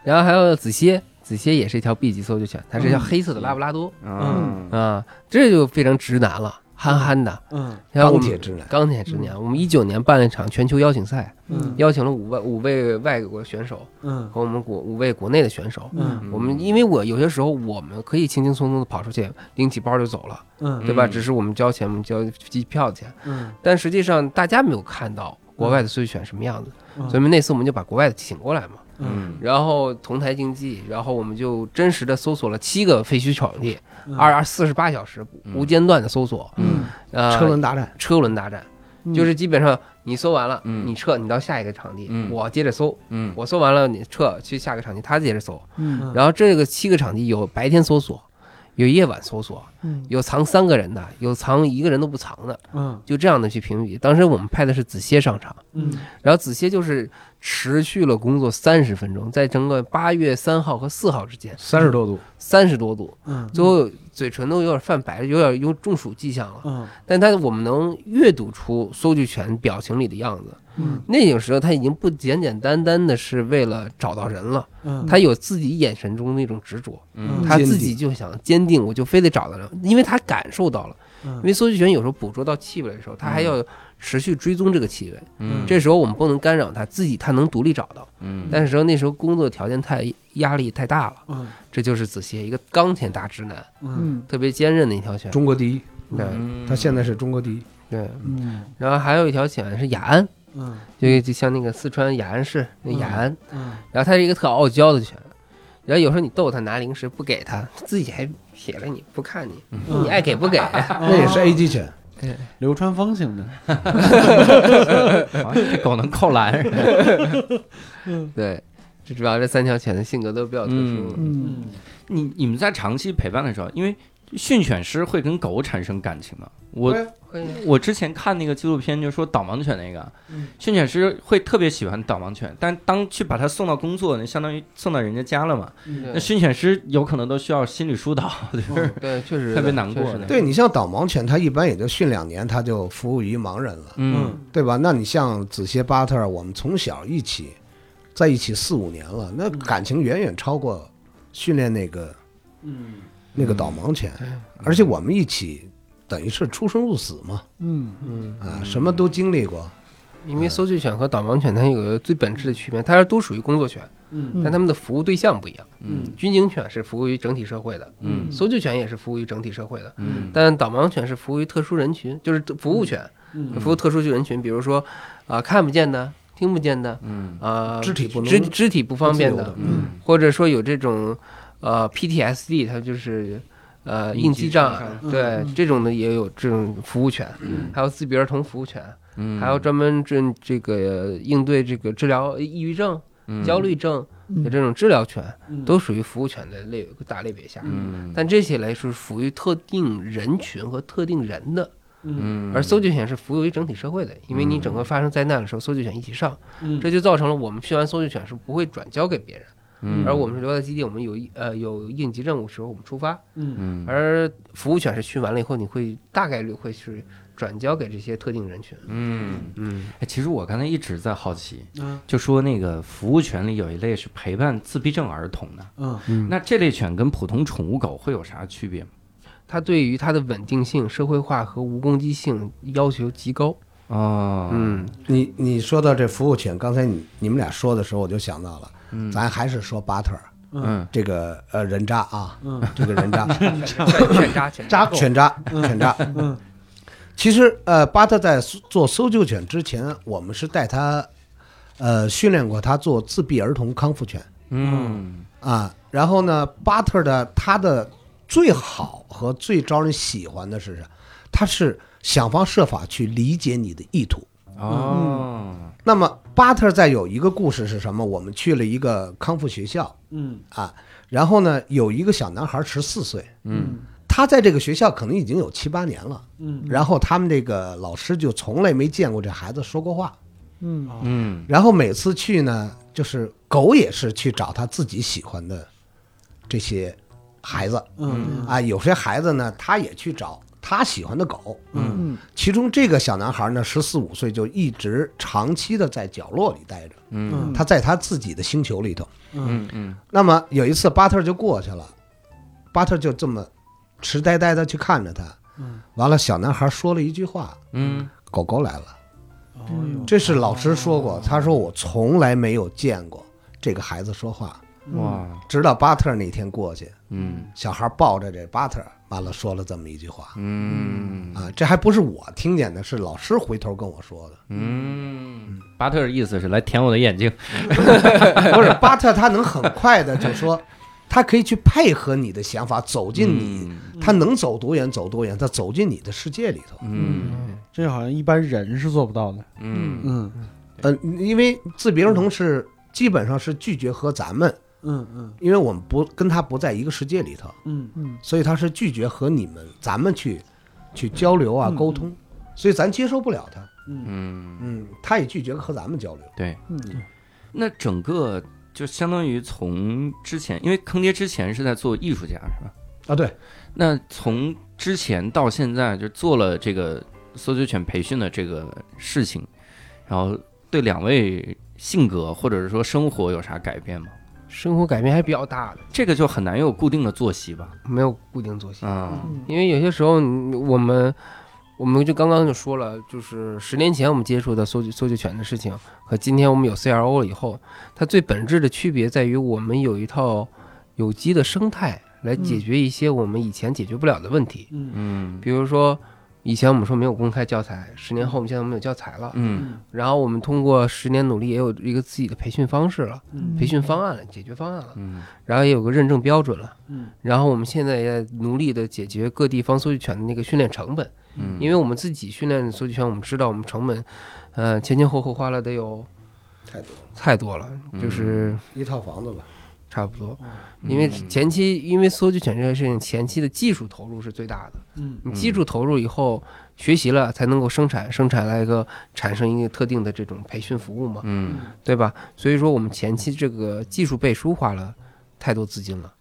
然后还有子歇，子歇也是一条 B 级搜救犬，它
嗯
是一条黑色的拉布拉多
嗯
啊，这就非常直男了，憨憨的。
嗯
然后我
钢
们
铁直男。
钢铁直男，我们一九年办了一场全球邀请赛，
嗯
邀请了五位五位外国选手
嗯
和我们国五位国内的选手。
嗯
我们因为我有些时候我们可以轻轻松松的跑出去，拎起包就走了，
嗯
对吧？
嗯
只是我们交钱，我们交机票钱，
嗯
但实际上大家没有看到国外的搜救犬什么样子，
嗯，
所以那次我们就把国外的请过来嘛。
嗯
然后同台竞技，然后我们就真实的搜索了七个废墟场地，
嗯
二四十八小时无间断的搜索，
嗯
呃，
车轮大战，
车轮大战，
嗯
就是基本上你搜完了，
嗯
你撤，你到下一个场地，
嗯
我接着搜，
嗯，
我搜完了你撤去下个场地，他接着搜，
嗯
然后这个七个场地有白天搜索，有夜晚搜索，
嗯
有藏三个人的，有藏一个人都不藏的，
嗯
就这样的去评比。当时我们派的是子歇上场。
嗯
然后子歇就是持续了工作三十分钟，在整个八月三号和四号之间，
三十多度，
三十多度，
嗯
最后嘴唇都有点泛白，有点有中暑迹象了。
嗯
但他我们能阅读出搜救犬表情里的样子，
嗯
那种时候他已经不简简单单的是为了找到人了，
嗯，
他有自己眼神中那种执着，
嗯
他自己就想坚定，我就非得找到人，因为他感受到了，
嗯
因为搜救犬有时候捕捉到气味的时候，他还要持续追踪这个气味。
嗯，
这时候我们不能干扰他，自己他能独立找到。
嗯
但是时候那时候工作条件太压力太大了，
嗯
这就是子歇一个钢铁大直男，
嗯
嗯
特别坚韧的一条犬。
中国第一，
对
嗯
他现在是中国第一。
对，
嗯
然后还有一条犬是雅安，
嗯
就就像那个四川雅安市那雅安，
嗯
然后它是一个特傲娇的犬，然后有时候你逗它拿零食不给它，自己还撇着你不看你，你爱给不给？
嗯
哦嗯
那也是 A 级
嗯
犬，
流川枫型的，
好像这狗能扣篮似的。
对，这主要这三条犬的性格都比较特殊。
嗯
嗯，
你你们在长期陪伴的时候，因为训犬师会跟狗产生感情吗？我
会
我之前看那个纪录片，就说导盲犬那个，训犬师会特别喜欢导盲犬，但当去把它送到工作，那相当于送到人家家了嘛。那
对
训犬师有可能都需要心理疏导， 就是
对，确实
特别
的
难过
确实
的
的
对你像导盲犬，它一般也就训两年，它就服务于盲人了，
嗯
对吧？那你像子歇巴特，我们从小一起在一起四五年了，那
嗯
感情远远超过训练那个
嗯
那个导盲犬，
嗯
而且我们一起等于是出生入死嘛，
嗯
嗯，
啊，什么都经历过，
因为搜救犬和导盲犬它有个最本质的区别，它都属于工作犬，
嗯
但它们的服务对象不一样。
嗯
军警犬是服务于整体社会的，
嗯
搜救犬也是服务于整体社会的，
嗯
但导盲犬是服务于特殊人群，就是服务犬，
嗯
服务特殊人群，比如说啊、看不见的、听不见的，
嗯
啊、
肢体不能
肢肢体不方便
不自由
的
的，
嗯
或者说有这种呃 PTSD，它就是呃
应
应
激嗯
激
障
障
碍
碍，对这种的也有这种服务犬，还有自闭儿童服务犬，
嗯，
还有专门这这个应对这个治疗抑郁症、
嗯
焦虑症的这种治疗犬，
嗯
都属于服务犬的类大类别下。
嗯，
但这些类是服务于特定人群和特定人的，
嗯
而搜救犬是服务于整体社会的，因为你整个发生灾难的时候，搜救犬一起上，
嗯
这就造成了我们训完搜救犬是不会转交给别人。
嗯
而我们是留在基地，我们有一呃有应急任务时候我们出发，
嗯
嗯
而服务犬是训完了以后，你会大概率会去转交给这些特定人群。
嗯
嗯，
哎，其实我刚才一直在好奇，
嗯
就说那个服务犬里有一类是陪伴自闭症儿童的，
嗯
那这类犬跟普通宠物狗会有啥区别吗？
它对于它的稳定性、社会化和无攻击性要求极高。
哦，
嗯，
你你说到这服务犬，刚才你你们俩说的时候，我就想到了，
嗯
咱还是说巴特尔
嗯
这个呃人渣啊，
嗯
这个人渣
犬犬 渣犬渣狗，
犬渣犬渣。
嗯
其实呃，巴特在搜做搜救犬之前，我们是带他呃训练过他做自闭儿童康复犬
嗯
啊。然后呢，巴特的他的最好和最招人喜欢的是啥？他是想方设法去理解你的意图。
哦
那么巴特在有一个故事是什么？我们去了一个康复学校
嗯
啊，然后呢，有一个小男孩十四岁，
嗯
他在这个学校可能已经有七八年了，
嗯
然后他们这个老师就从来没见过这孩子说过话，
嗯
哦
嗯
然后每次去呢，就是狗也是去找他自己喜欢的这些孩子
嗯
啊，有些孩子呢，他也去找他喜欢的狗，
嗯
其中这个小男孩呢，十四五岁就一直长期的在角落里待着。
嗯
他在他自己的星球里头。
嗯嗯
那么有一次，巴特就过去了，巴特就这么痴呆呆的去看着他。完了，小男孩说了一句话
嗯：“
狗狗来了。
哦呦”
这是老师说过，他说我从来没有见过这个孩子说话，
哇
直到巴特那天过去，
嗯
小孩抱着这巴特，完了说了这么一句话。
嗯
啊，这还不是我听见的，是老师回头跟我说的。
嗯，巴特的意思是来舔我的眼睛，
不是巴特，他能很快的就说，他可以去配合你的想法，走进你他能走多远走多远，他走进你的世界里头。
嗯
这好像一般人是做不到的。
嗯
嗯
呃，因为自闭儿童是基本上是拒绝和咱们，
嗯嗯
因为我们不跟他不在一个世界里头，
嗯嗯
所以他是拒绝和你们咱们去去交流啊
嗯
沟通，所以咱接受不了他。
嗯。
嗯，他也拒绝和咱们交流。
对，
嗯
那整个就相当于从之前，因为坑爹之前是在做艺术家，是吧？
啊，对，
那从之前到现在，就做了这个搜救犬培训的这个事情，然后对两位性格或者是说生活有啥改变吗？
生活改变还比较大的，
这个就很难有固定的作息吧？
没有固定作息，
啊，
因为有些时候你我们。我们就刚刚就说了，就是十年前我们接触的搜救搜救犬的事情，和今天我们有 CRO 了以后，它最本质的区别在于我们有一套有机的生态来解决一些我们以前解决不了的问题。
嗯
嗯
比如说，以前我们说没有公开教材，十年后我们现在没有教材了。
嗯
然后我们通过十年努力，也有一个自己的培训方式了，
嗯
培训方案了，解决方案了，
嗯
然后也有个认证标准了。
嗯
然后我们现在也努力的解决各地方搜救犬的那个训练成本，
嗯，
因为我们自己训练搜救犬，我们知道我们成本，呃，前前后后花了得有
太多了，
太多了，
嗯
就是
一套房 子吧。
差不多。因为前期，因为搜救犬这件事情，前期的技术投入是最大的。
嗯
你技术投入以后，学习了才能够生产，生产来一个产生一个特定的这种培训服务嘛，
嗯
对吧？所以说我们前期这个技术背书花了太多资金了，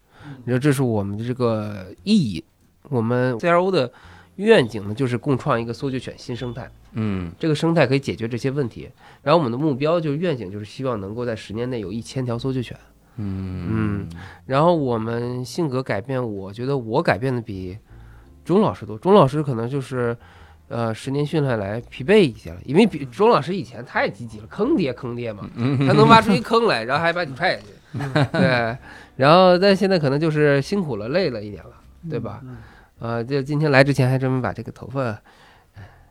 你说这是我们的这个意义。我们 CRO 的愿景呢，就是共创一个搜救犬新生态，
嗯
这个生态可以解决这些问题。然后我们的目标就是愿景，就是希望能够在十年内有一千条搜救犬。
嗯
然后我们性格改变，我觉得我改变的比钟老师多。钟老师可能就是，呃，十年训练来疲惫一些了，因为比钟老师以前太积极了，坑爹坑爹嘛， 他能挖出一坑来，然后还把你踹下去，对。然后但现在可能就是辛苦了，累了一点了，对吧？呃，就今天来之前还专门把这个头发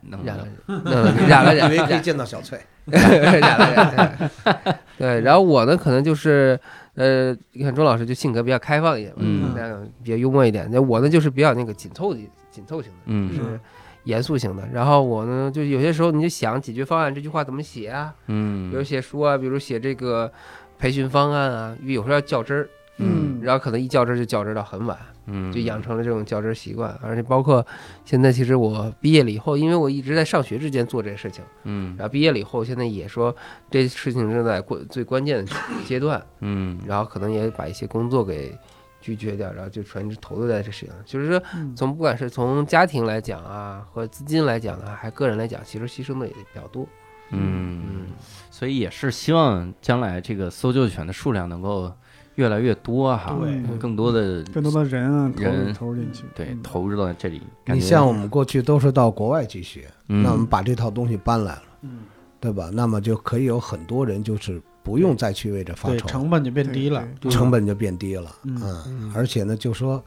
能
染了，嗯染了染了
因为可以
染
见到小翠，
染了染了，对。然后我呢，可能就是，呃，你看钟老师就性格比较开放一点嘛，
嗯
那个比较幽默一点。那我呢，就是比较那个紧凑的紧凑型的，就
嗯
是严肃型的。然后我呢，就有些时候你就想解决方案这句话怎么写啊，比如
嗯
写书啊，比如写这个培训方案啊，有时候要较真儿，
嗯
然后可能一较真儿就较真儿到很晚，
嗯，
就养成了这种较真儿习惯。而且包括现在，其实我毕业了以后，因为我一直在上学之间做这个事情。
嗯
然后毕业了以后，现在也说这事情正在过最关键的阶段，
嗯
然后可能也把一些工作给拒绝掉，然后就全职投入在这事情上。就是说，
嗯
从不管是从家庭来讲啊，和资金来讲啊，还个人来讲，其实牺牲的也比较多。
嗯，所以也是希望将来这个搜救犬的数量能够越来越多哈，
对
更多的
更多的人啊，投
人
入投入进去。
对
嗯
投入到这里。感
你
觉
像我们过去都是到国外去学，
嗯
那我们把这套东西搬来了，
嗯，
对吧？那么就可以有很多人就是不用再去为这发
对，
愁，
成本就变低了
对，
对吧
成本就变低了，
嗯
嗯，而且呢，就说，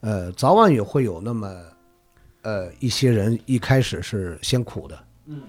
呃，早晚也会有那么，呃，一些人一开始是先苦的，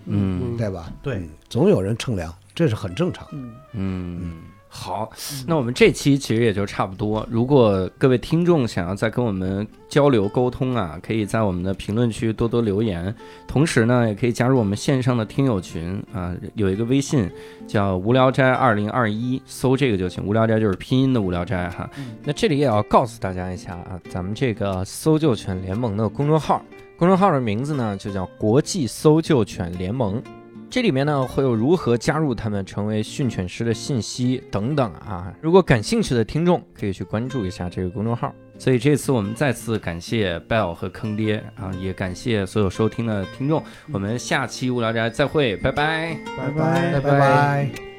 嗯
对吧？
对
嗯，总有人乘凉，这是很正常。
嗯，
嗯。好，那我们这期其实也就差不多。如果各位听众想要再跟我们交流沟通啊，可以在我们的评论区多多留言。同时呢，也可以加入我们线上的听友群啊，有一个微信叫“无聊斋二零二一”，搜这个就行。无聊斋就是拼音的无聊斋哈。
嗯
那这里也要告诉大家一下啊，咱们这个搜救犬联盟的公众号，公众号的名字呢就叫国际搜救犬联盟。这里面呢会有如何加入他们成为训犬师的信息等等啊。如果感兴趣的听众可以去关注一下这个公众号。所以这次我们再次感谢 Bell 和坑爹啊，也感谢所有收听的听众。我们下期无聊斋再会，拜拜。
拜
拜
拜
拜
拜